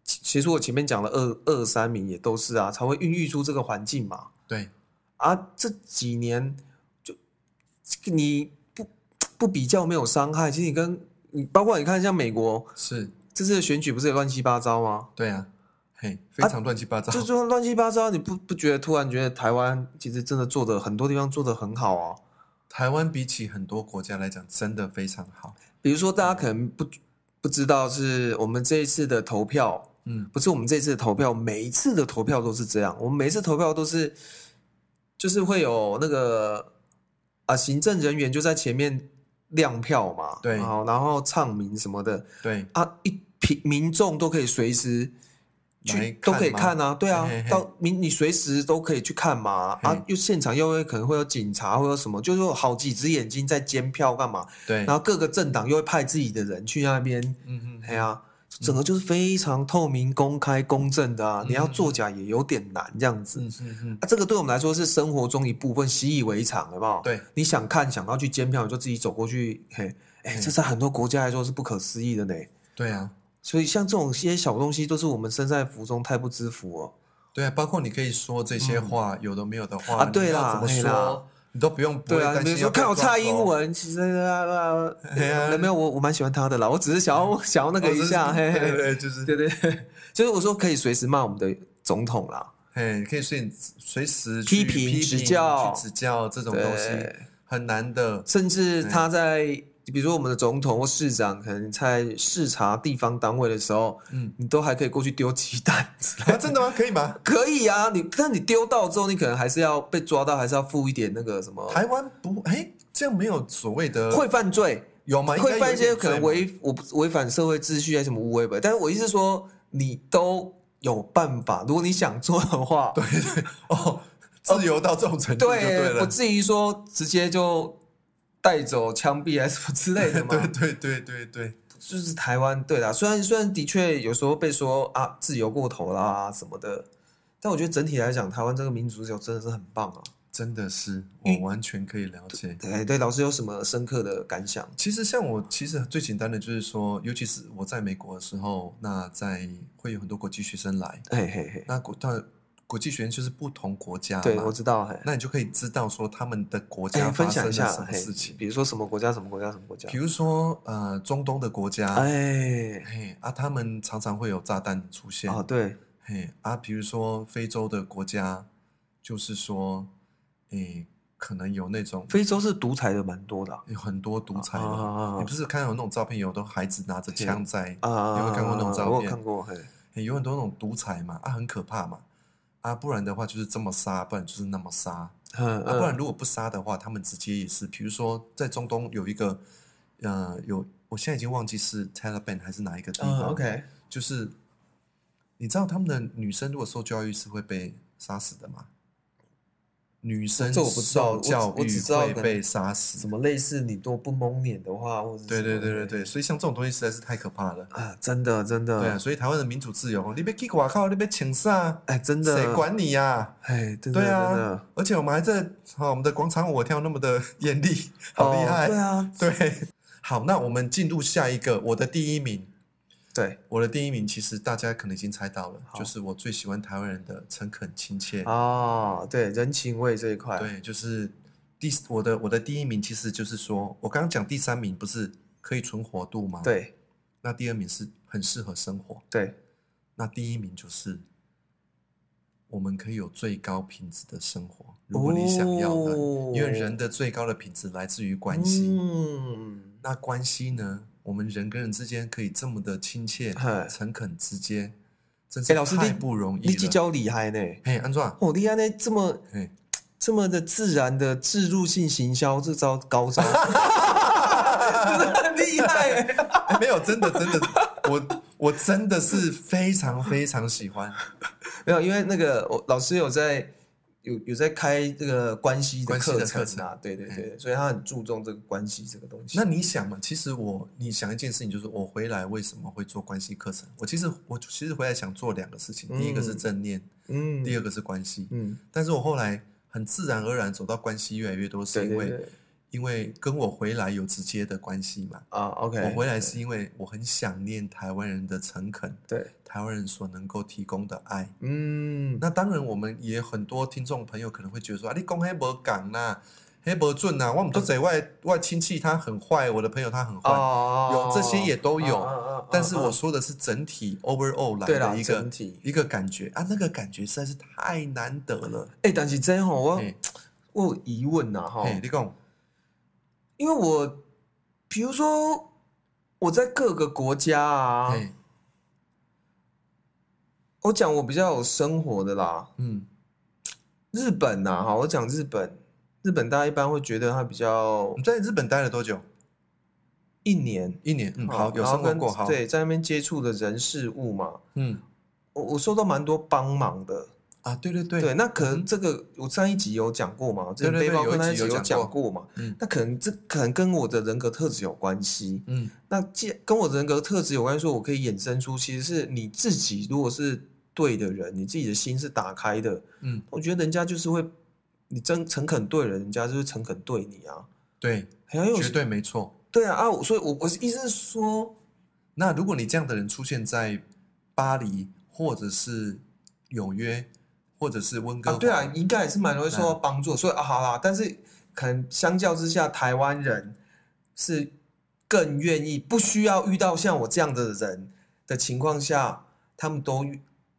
S1: 其其实我前面讲的二二三名也都是啊，才会孕育出这个环境嘛。
S2: 对，
S1: 啊，这几年就你不不比较没有伤害，其实你跟你包括你看像美国
S2: 是，
S1: 这次的选举不是也乱七八糟吗？
S2: 对啊，嘿，非
S1: 啊
S2: 常乱七八糟
S1: 就，就乱七八糟，你不不觉得突然觉得台湾其实真的做的很多地方做的很好啊？
S2: 台湾比起很多国家来讲，真的非常好，
S1: 比如说大家可能不不知道是我们这一次的投票，
S2: 嗯，
S1: 不是我们这一次的投票，每一次的投票都是这样，我们每一次投票都是就是会有那个啊行政人员就在前面亮票嘛，
S2: 对
S1: 然后然后唱名什么的
S2: 对，
S1: 啊，一平民众都可以随时。
S2: 来
S1: 去都
S2: 看
S1: 可以
S2: 吗
S1: 看啊，对啊，
S2: 嘿嘿嘿
S1: 到你你随时都可以去看嘛
S2: 嘿
S1: 啊，又现场又会可能会有警察或者什么，就是有好几只眼睛在监票干嘛，
S2: 对，
S1: 然后各个政党又会派自己的人去那边，
S2: 嗯
S1: 哎呀、整个就是非常透明、公开、公正的啊。你要作假也有点难这样子、
S2: 嗯嗯嗯，
S1: 啊。这个对我们来说是生活中一部分，习以为常，好不好？，
S2: 对，
S1: 你想看、想要去监票，你就自己走过去。嘿，哎，
S2: 嗯
S1: 这在很多国家来说是不可思议的呢。
S2: 对啊，
S1: 所以像这种些小东西，都是我们身在福中太不知福哦。
S2: 对啊，包括你可以说这些话，有的没有的话
S1: 啊对啦
S2: 你要怎么
S1: 嘿啦
S2: 说，你都不用不会
S1: 对啊，
S2: 担
S1: 比如
S2: 心
S1: 说
S2: 要被哦
S1: 看我
S2: 抓
S1: 蔡英
S2: 走，
S1: 文，其实 啊，
S2: 嘿啊
S1: 没有我我蛮喜欢他的啦，我只是想要想要那
S2: 那
S1: 个一下，嘿嘿
S2: 哦
S1: 嘿。
S2: 对对，就是
S1: 对对，对 就是我说可以随时骂我们的总统啦，
S2: 嘿，可以随随时
S1: 批
S2: 去
S1: 评
S2: 批
S1: 指
S2: 评
S1: 教
S2: 去指教这种
S1: 对
S2: 东西很难的。
S1: 甚至他在比如说我们的总统或市长，可能在视察地方单位的时候，
S2: 嗯，
S1: 你都还可以过去丢鸡蛋，
S2: 啊，真的吗？可 以吗？
S1: 可以啊，你但你丢到之后，你可能还是要被抓到，还是要付一点那个什么，
S2: 台湾不，哎，这样没有所谓的
S1: 会犯罪，
S2: 有吗？应该
S1: 会犯一
S2: 有
S1: 些
S2: 点
S1: 可能
S2: 罪嘛
S1: 违我不违反社会秩序啊什么无违本，但是我意思是说，你都有办法，如果你想做的话，对
S2: 哦，自由到这种程度就对
S1: 不
S2: 了。
S1: 至于说直接就带走枪毙还是什么之类的 嘛，
S2: 对对对对对，
S1: 就是台湾对啦，虽然虽然的确有时候被说啊自由过头啦什么的，但我觉得整体来讲，台湾这个民族自由真的是很棒啊。
S2: 真的是我完全可以了解。
S1: 对对，老师有什么深刻的感想？
S2: 其实像我，其实最简单的就是说，尤其是我在美国的时候，那在会有很多国际学生来，
S1: 嘿嘿嘿，
S2: 那国到国际学生就是不同国家
S1: 对
S2: 嘛
S1: 我知道，嘿，
S2: 那你就可以知道说他们的国
S1: 哎
S2: 家
S1: 分
S2: 发
S1: 享一
S2: 生了
S1: 下
S2: 什么
S1: 嘿
S2: 事情，
S1: 比如说什么国家什么国家什么国家
S2: 比，如说呃中东的国家，
S1: 哎，
S2: 嘿啊，他们常常会有炸弹出现，
S1: 哦对，
S2: 嘿啊，比如说非洲的国家，就是说，诶，可能有那种
S1: 非洲是独裁的蛮多的啊
S2: 有很多独裁
S1: 啊
S2: 的，
S1: 啊啊
S2: 你不是看到有那种照片，有的孩子拿着
S1: 对
S2: 枪在，
S1: 啊啊，
S2: 有没有看过那种
S1: 啊
S2: 照
S1: 我有
S2: 片
S1: 看过，嘿，
S2: 嘿有很多那种独裁嘛，啊，很可怕嘛，啊，不然的话就是这么杀，不然就是那么杀。
S1: 嗯，
S2: 啊，不然
S1: 嗯
S2: 如果不杀的话，他们直接也是，比如说在中东有一个，呃，有我现在已经忘记是 Taliban 还是哪一个地
S1: 嗯
S2: 方、
S1: ，OK，
S2: 就是你知道他们的女生如果受教育是会被杀死的吗？女生
S1: 这我不知道
S2: 受
S1: 我只
S2: 教
S1: 我只
S2: 育
S1: 知道
S2: 会
S1: 可能
S2: 被杀死
S1: 什。么类似你多不蒙脸的话，或者是
S2: 对对
S1: 什么
S2: 对对
S1: 的
S2: 对，所以像这种东西实在是太可怕了。
S1: 啊，真的真的，
S2: 对啊，所以台湾的民主自由，你被 kick 我靠，你被请上，
S1: 哎，真的，
S2: 谁管你呀、
S1: 哎，真的，真
S2: 对
S1: 的
S2: 啊，而且我们还在好、我们的广场舞跳那么的 艳丽，好厉害。
S1: 哦对啊，
S2: 对，好，那我们进入下一个，我的第一名，
S1: 对
S2: 我的第一名，其实大家可能已经猜到了，
S1: 好
S2: 就是我最喜欢台湾人的诚恳亲切。
S1: 哦，对人情味这一块，
S2: 对，啊就是第我的我的第一名，其实就是说我刚刚讲第三名不是可以存活度吗？，
S1: 对
S2: 那第二名是很适合生活，
S1: 对，
S2: 那第一名就是我们可以有最高品质的生活，如果你想要的，
S1: 哦
S2: 因为人的最高的品质来自于关系。
S1: 嗯，
S2: 那关系呢？我们人跟人之间可以这么的亲切
S1: 嗨、
S2: 诚恳、直接，真
S1: 哎老师
S2: 是太
S1: 你
S2: 不容易
S1: 你这
S2: 了。
S1: 招厉害呢，
S2: 嘿，安壮，
S1: 哦，你安呢这么
S2: 嘿，
S1: 这么的自然的置入性行销，这招高 招，很厉害耶。
S2: 哎没有，真的真的，我我真的是非常非常喜欢
S1: 没有，因为那个我老师有在有有在开这个关系的
S2: 关系的
S1: 课
S2: 课嗯
S1: 程啊，对对对，所以他很注重这个关系这个东西。
S2: 那你想嘛，其实我你想一件事情，就是我回来为什么会做关系课程？我其实我其实回来想做两个事情，第一个是
S1: 嗯
S2: 正念，
S1: 嗯，
S2: 第二个是关系。
S1: 嗯，
S2: 但是我后来很自然而然走到关系越来越多，是
S1: 对
S2: 因
S1: 对
S2: 为
S1: 对
S2: 因为跟我回来有直接的关系嘛。
S1: 啊，OK，
S2: 我回来是因为我很想念台湾人的诚恳，
S1: 对，
S2: 台湾人所能够提供的爱。
S1: 嗯，
S2: 那当然，我们也很多听众朋友可能会觉得说啊，你讲黑博港啦，黑博准啦，我们都在外外亲戚他很坏，我的朋友他很坏，
S1: 哦
S2: 有这些也都有
S1: 啊啊啊啊
S2: 但是我
S1: 啊
S2: 说的是整体 overall 来
S1: 对啦
S2: 的一
S1: 整
S2: 个
S1: 体，
S2: 一个感觉啊，那个感觉实在是太难得了。
S1: 哎，但是真吼，我
S2: 嘿，
S1: 我有疑问呐哈，
S2: 嘿你讲，
S1: 因为我比如说我在各个国家啊，
S2: 嘿，
S1: 我讲我比较有生活的啦，
S2: 嗯，
S1: 日本呐、哈，我讲日本，日本大家一般会觉得它比较
S2: 你在日本待了多久？
S1: 一年，
S2: 一年，嗯，好，
S1: 哦
S2: 有
S1: 然后
S2: 生活
S1: 跟
S2: 过，好，，
S1: 对，在那边接触的人事物嘛，
S2: 嗯，
S1: 我我受到蛮多帮忙的。
S2: 啊，对对对，
S1: 对，那可能这个我上一集有讲过嘛，我之前
S2: 对对
S1: 背
S2: 对
S1: 包
S2: 有一
S1: 客那
S2: 集有
S1: 有
S2: 讲
S1: 讲过嘛，
S2: 嗯
S1: 那可能这可能跟我的人格特质有关系。
S2: 嗯，
S1: 那既跟我的人格特质有关系，说我可以衍生出，其实是你自己如果是对的人，你自己的心是打开的，
S2: 嗯，
S1: 我觉得人家就是会，你真诚恳对人，人家就是诚恳对你啊，
S2: 对，
S1: 很有
S2: 绝对没错。
S1: 对啊啊！我所以我，我是意思是说，
S2: 那如果你这样的人出现在巴黎，或者是纽约，或者是温哥
S1: 啊，
S2: 华，
S1: 对啊，应该也是蛮容易受到
S2: 嗯
S1: 帮助，所以啊，好啦，但是可能相较之下，台湾人是更愿意，不需要遇到像我这样的人的情况下，他们都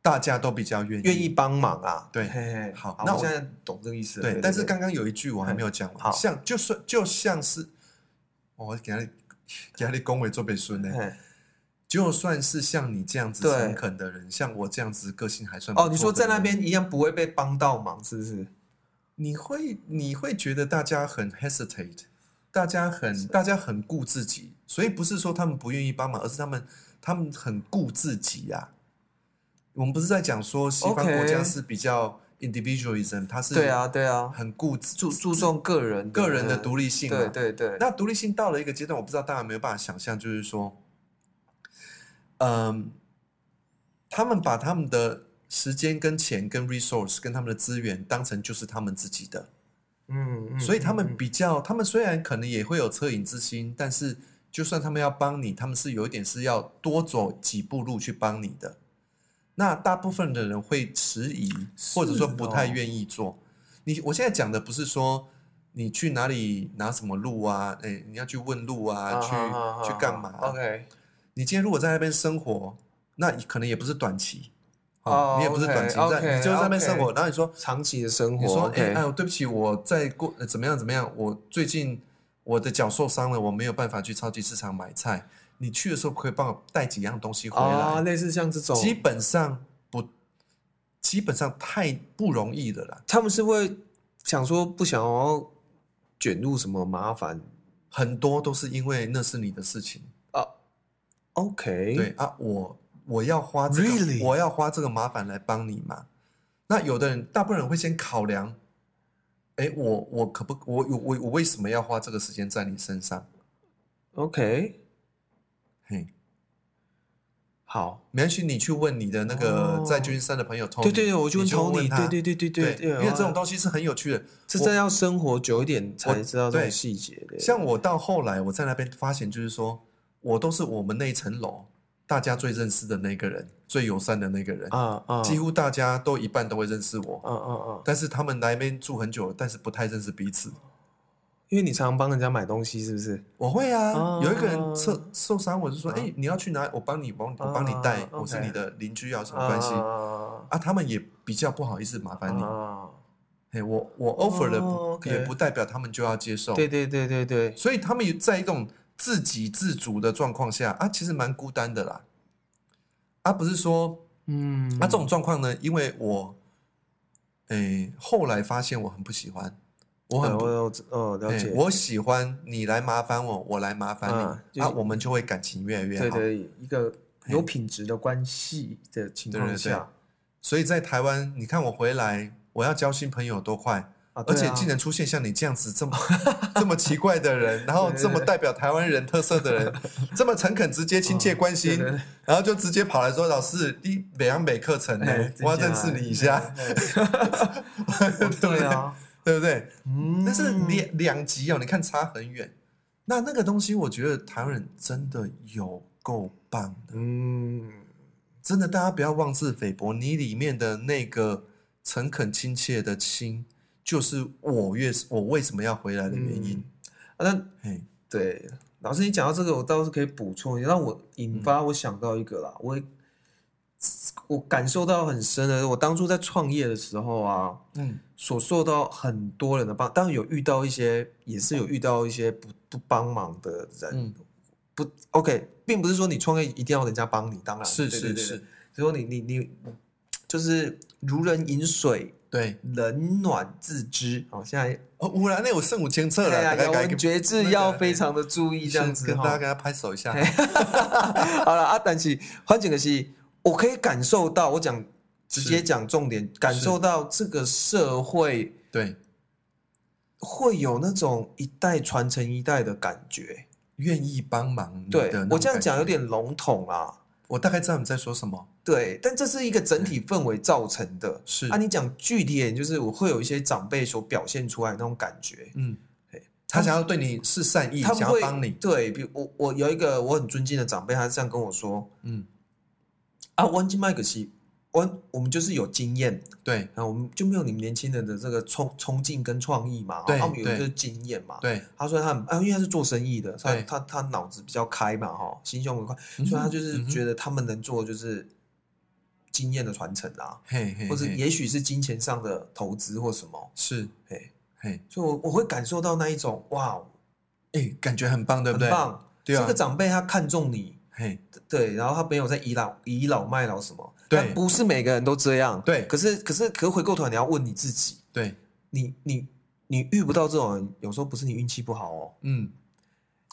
S2: 大家都比较愿意
S1: 愿意帮忙啊。
S2: 对
S1: 嘿嘿
S2: 好
S1: 那
S2: 那
S1: 我
S2: 我
S1: 现在懂这个意思了。
S2: 对，但是刚刚有一句我还
S1: 嗯
S2: 没有讲
S1: 好
S2: 完，像就算就像是，我给他给他的恭维做背书呢，
S1: 嘿
S2: 就算是像你这样子
S1: 对
S2: 诚恳的人，像我这样子个性还算
S1: 哦，
S2: 不
S1: 你
S2: 错
S1: 说
S2: 的
S1: 在那
S2: 人，
S1: 边一样不会被帮到忙，是不是？
S2: 你会你会觉得大家很 hesitate，大家很大家很顾自己，所以不是说他们不愿意帮忙，而是他们他们很顾自己呀、我们不是在讲说西方
S1: OK
S2: 国家是比较 individualism，它是
S1: 对啊，对啊，
S2: 很顾自
S1: 注注重个人
S2: 个人的独
S1: 立
S2: 立性嘛、
S1: 对对对，
S2: 那独立性到了一个阶段，我不知道大家有没有办法想象，就是说，嗯，他们把他们的时间、跟钱、跟 resource、跟他们的资源当成就是他们自己的，
S1: 嗯嗯，
S2: 所以他
S1: 嗯
S2: 们
S1: 嗯
S2: 比较，他们虽然可能也会有恻隐之心，但是就算他们要帮你，他们是有一点是要多走几步路去帮你的。那大部分的人会迟疑，或者说不太
S1: 哦
S2: 愿意做。你我现在讲的不是说你去哪里拿什么路啊，哎，你要去问路啊，去去干嘛啊？
S1: ？OK，
S2: 你今天如果在那边生活，那可能也不是短期，
S1: 哦
S2: 啊，你也不是短期，
S1: ，OK，
S2: 在你就在那边
S1: OK
S2: 生活，然后你说
S1: 长期的生活，
S2: 你说，哎、
S1: OK，
S2: 哎呦，对不起，我在过、呃怎么样怎么样，我最近我的脚受伤了，我没有办法去超级市场买菜。你去的时候可不可以帮我带几样东西回
S1: 啊，
S2: 来？
S1: 类似像这种，
S2: 基本上不，基本上太不容易了啦。
S1: 他们是会想说不想要卷入什么麻烦
S2: 很多都是因为那是你的事情。
S1: 啊？OK，
S2: 对，啊，我我要花这个
S1: Really？
S2: 我要花这个麻烦来帮你嘛。那有的人，大部分人会先考量，哎，我我可不我我我我为什么要花这个时间在你身上？
S1: ，OK，
S2: 嘿。
S1: 好，
S2: 没关系，你去问你的那个
S1: 哦
S2: 在旧金山的朋友 Tony，
S1: 对对对，我就问投你，
S2: 你他
S1: 对对对对
S2: 对
S1: 对，哦
S2: 因为这种
S1: 东
S2: 东西是很有趣的。
S1: 这
S2: 我
S1: 真的要生活久一点才知道这种
S2: 对
S1: 细节的，
S2: 像我到后来，我在那边发现，就是说我都是我们那一层楼大家最认识的那个人，最友善的那个人，
S1: 啊啊，
S2: 几乎大家都一半都会认识我。
S1: 啊啊啊，
S2: 但是他们来那边住很久了，但是不太认识彼此。
S1: 因为你常常帮人家买东西，是不是？
S2: 我会啊
S1: 哦，
S2: 有一个人受受伤，我就说：“
S1: 啊
S2: 哎，你要去哪？我帮你，帮我帮你带
S1: 啊，
S2: 我是
S1: OK
S2: 你的邻居啊，有什么
S1: 啊
S2: 关系？”
S1: 啊
S2: 啊，他们也比较不好意思麻
S1: 啊
S2: 烦你。
S1: 啊，
S2: 嘿，哎我我 offer 了不、
S1: 哦，OK
S2: 也不代表他们就要接受，
S1: 对对对对对，
S2: 所以他们也在一种自给自足的状况下啊，其实蛮孤单的啦。啊，不是说
S1: 嗯，
S2: 那、这种状况呢，因为我，诶，后来发现我很不喜欢，我
S1: 呃
S2: 很
S1: 我
S2: 不
S1: 我哦了
S2: 诶
S1: 解，
S2: 我喜欢你来麻烦我，我来麻烦
S1: 啊
S2: 你，
S1: 就
S2: 啊，
S1: 是
S2: 我们就会感情越来越
S1: 对
S2: 好。
S1: 对一个有品质的关系的情
S2: 对
S1: 况
S2: 对对
S1: 下啊
S2: 所以在台湾，你看我回来，我要交新朋友多快，
S1: 啊，
S2: 而
S1: 对
S2: 且
S1: 啊
S2: 竟然出现像你这样子这么这么奇怪的人，然后
S1: 对对
S2: 这么
S1: 对
S2: 代表台湾人特色的人， 这么诚恳、直接、亲切、
S1: 嗯
S2: 关
S1: 对
S2: 心，
S1: 对对
S2: 然后就直接跑来说：“老师，你北洋北课程呢
S1: 哎，
S2: 我要认识你一下，，
S1: 真假的对 啊，
S2: 对不对？”
S1: 嗯，
S2: 但是两两极哦，你看差很远。那那个东西，我觉得台湾人真的有够棒的，
S1: 嗯，
S2: 真的，大家不要妄自菲薄。你里面的那个诚恳亲切的心，就是我越我为什么要回来的原因。
S1: 啊，那
S2: 嘿，
S1: 对老师，你讲到这个，我倒是可以补充一下，让我
S2: 嗯
S1: 引发我想到一个啦，我我感受到很深的，我当初在创业的时候啊，
S2: 嗯
S1: 所受到很多人的帮，当然有遇到一些，也是有遇到一些不不帮忙的人。
S2: 嗯，
S1: 不，OK，并不是说你创业一定要人家帮你，当然
S2: 是
S1: 对对
S2: 是
S1: 对
S2: 是，
S1: 所以说你你你就是如人饮水，
S2: 对。
S1: 冷暖自知。好，现在
S2: 哦，五兰内有圣武监测了，
S1: 对
S2: 大
S1: 啊，
S2: 概
S1: 咬
S2: 改
S1: 文嚼字
S2: 那
S1: 要
S2: 个
S1: 非常的注意 E 这样子
S2: 跟大家
S1: 哈哎
S2: 跟。他拍手一下。
S1: 好了啊，但是环境可是，我可以感受到，我讲直接
S2: 是
S1: 讲重点，感
S2: 是
S1: 受到这个社会
S2: 对，
S1: 会有那种一代传承一代的感觉。
S2: 愿意帮忙你的
S1: 对
S2: 那种
S1: 我这样讲
S2: 感
S1: 有
S2: 觉，
S1: 点笼统啊，
S2: 我大概知道你在说什么。
S1: 对，但这是一个整体氛围造成的。
S2: 是
S1: 啊，你讲具体一点，就是我会有一些长辈所表现出来的那种感觉，
S2: 嗯
S1: 对，
S2: 他想要对你是善意，
S1: 他们
S2: 想要
S1: 会
S2: 帮你，
S1: 对，比如我我有一个我很尊敬的长辈，他这样跟我说
S2: 嗯，
S1: 啊，温金麦克西，我我们就是有经验
S2: 对
S1: 啊，我们就没有你们年轻人的这个冲冲劲跟创意嘛，
S2: 对
S1: 啊我们有
S2: 对
S1: 一个经验嘛。
S2: 对，
S1: 他说他很啊，因为他是做生意的，他
S2: 对
S1: 他他脑子比较开嘛，哈，心胸很宽，
S2: 嗯
S1: 所以他
S2: 哼
S1: 就是
S2: 嗯哼
S1: 觉得他们能做的就是经验的传承啊，
S2: 嘿嘿，
S1: 或者
S2: 嘿
S1: 也许是金钱上的投资或什么，
S2: 是，
S1: 哎，
S2: 嘿，
S1: 所以我我会感受到那一种哇，
S2: 哎，感觉很棒，对不
S1: 很
S2: 对？
S1: 棒，
S2: 对啊
S1: 这个长辈他看中你，
S2: 嘿，
S1: 对，然后他没有在倚老倚老卖老什么，
S2: 对
S1: 但不是每个人都这样，
S2: 对
S1: 可是可是可回过头来你要问你自己，
S2: 对，
S1: 你你你遇不到这种人，有时候不是你运气不好哦，
S2: 嗯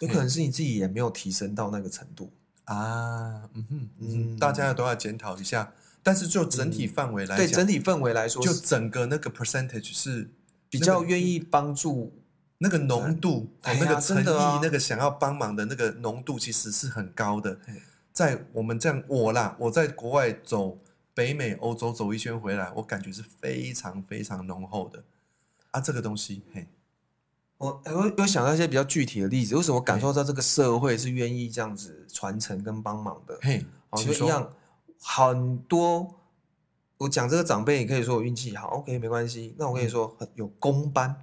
S1: 有可能是你自己也没有提升到那个程度。
S2: 啊，嗯哼，嗯
S1: 嗯
S2: 哼，大家都要检讨一下。但是就整体范围来
S1: 对
S2: 讲
S1: 整，体氛围来说，
S2: 就是整个那个 percentage 是
S1: 比
S2: 那
S1: 较
S2: 个嗯
S1: 愿意帮助。
S2: 那个浓度，
S1: 哎
S2: 哦
S1: 呀
S2: 那个诚
S1: 真的啊
S2: 意，那个想要帮忙的那个浓度，其实是很高的
S1: 哎。
S2: 在我们这样，我啦，我在国外走北美、欧洲走一圈回来，我感觉是非常非常浓厚的啊，这个东西，嘿，
S1: 我我有想到一些比较具体的例子，为什么我感受到这个社会是愿意这样子传承跟帮忙的？
S2: 嘿，
S1: 哦，
S2: 请
S1: 就
S2: 说
S1: 一样，很多。我讲这个长辈，也可以说我运气好，OK，没关系。那我
S2: 嗯
S1: 跟你说，很有工班，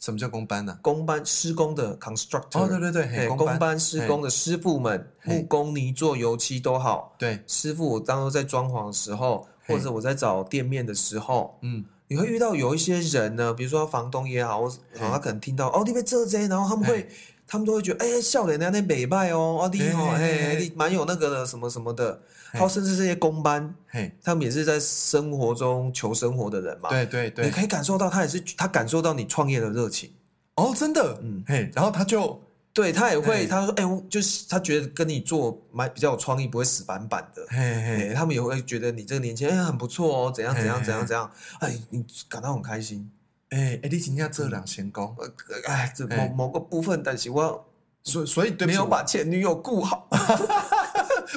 S2: 什么叫工班呢、
S1: 工班施工的 constructor，
S2: 哦，对对对，嘿，
S1: 嘿
S2: 工
S1: 工
S2: 班，
S1: 班施工的师傅们，
S2: 嘿
S1: 木工、泥做、油漆都好。
S2: 对，
S1: 师傅，我当初在装潢的时候，
S2: 嘿
S1: 或者我在找店面的时候，
S2: 嗯，
S1: 你会遇到有一些人呢，比如说房东也好，或是然后他
S2: 嘿
S1: 可能听到哦你被这这，然后他们会
S2: 嘿，
S1: 他们都会觉得哎，笑脸那那美拜哦，哦你哦，
S2: 嘿嘿
S1: 哎
S2: 嘿
S1: 你蛮有那个的什么什么的，
S2: 嘿
S1: 还有甚至这些工班，
S2: 嘿，
S1: 他们也是在生活中求生活的人嘛，
S2: 对对
S1: 啊你
S2: 对，
S1: 可以感受到他也是他感受到你创业的热情，
S2: 哦，真的，
S1: 嗯
S2: 嗯，嘿，然后他就，
S1: 对他也会
S2: 嘿
S1: 他说哎，我就是他觉得跟你做蛮比较有创意，不会死板板的，
S2: 嘿嘿，
S1: 哎，他们也会觉得你这个年轻人哎很不错哦，怎样怎样
S2: 嘿
S1: 怎样怎样，哎，你感到很开心。
S2: 哎，哎，你今天这两闲工，
S1: 呃，哎，这某
S2: 哎
S1: 某个部分，但是我
S2: 所以所以对不
S1: 没
S2: 起
S1: 有
S2: 我
S1: 把前女友顾好。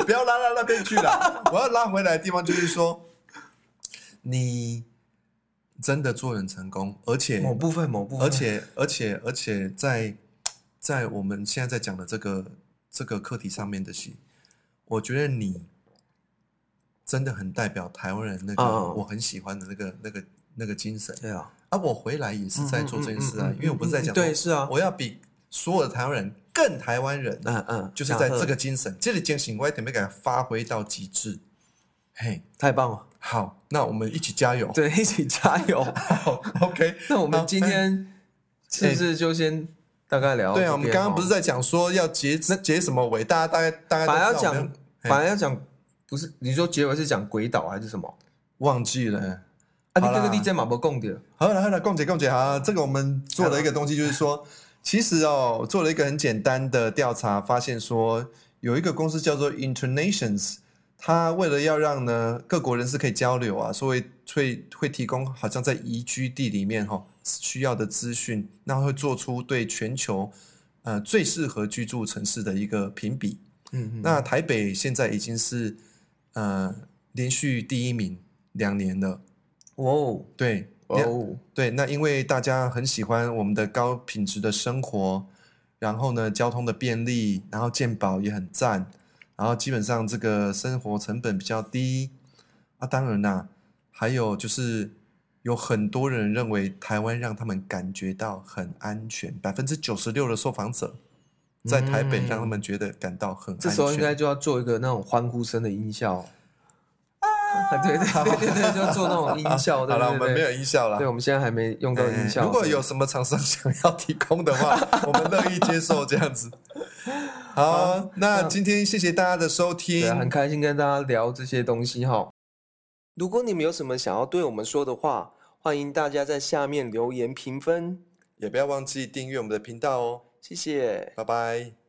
S2: 不要拉到那边去了。 我要拉回来的地方就是说，你真的做人成功，而且
S1: 某部分，某部分，
S2: 而且而且而且在在我们现在在讲的这个这个课题上面的戏，我觉得你真的很代表台湾人那个
S1: 嗯嗯嗯
S2: 我很喜欢的那个那个那个精神
S1: 对啊，
S2: 啊！我回来也是在做这件事啊
S1: 嗯嗯嗯嗯，
S2: 因为我不是在讲
S1: 嗯对，是啊，
S2: 我要比所有的台湾人更台湾人，
S1: 嗯嗯，
S2: 就是在这个精神，这个精神我一定要给它发挥到极致。嘿，
S1: 太棒了，
S2: 好，那我们一起加油。
S1: 对，一起加油。
S2: 好，OK。
S1: 那我们今天是不是就先大概聊到这
S2: 对
S1: 边
S2: 啊，
S1: 哦？
S2: 我们刚刚不是在讲说要结结什么尾，大家大概大概
S1: 本来要
S2: 都知道我
S1: 讲
S2: 们，
S1: 本来要讲不是你说结尾是讲鬼岛还是什么？
S2: 忘记了。
S1: 啊，
S2: 好
S1: 你这个
S2: 啦
S1: DJ 马博共的，
S2: 好了好了，共姐共姐啊，这个我们做了一个东西，就是说，其实哦，做了一个很简单的调查，发现说有一个公司叫做 Internations，它为了要让呢各国人士可以交流啊，所以会会提供好像在宜居地里面哈、需要的资讯，那会做出对全球呃最适合居住城市的一个评比。
S1: 嗯嗯，
S2: 那台北现在已经是呃连续第一名两年了，
S1: 哇哦
S2: 对。
S1: 哇哦，
S2: 对，那因为大家很喜欢我们的高品质的生活，然后呢，交通的便利，然后健保也很赞，然后基本上这个生活成本比较低。啊，当然啦，还有就是有很多人认为台湾让他们感觉到很安全，百分之九十六的受访者在台北让他们觉得感到很安
S1: 嗯这
S2: 全。
S1: 时候应该就要做一个那种欢呼声的音效。啊， 对对对对对，就要做那种音 效。对
S2: 好了，我
S1: 对对
S2: 们没有音效了
S1: 对，。我们现在还没用到音效。
S2: 哎如果有什么厂商想要提供的 话，我们乐意接受这样子。好，那今天谢谢大家的收
S1: 对啊，
S2: 听
S1: 很。开心跟大家聊这些东西哈。如果你们有什么想要对我们说的话，欢迎大家在下面留言评分，
S2: 也不要忘记订阅我们的频道哦，
S1: 谢谢。
S2: 拜拜。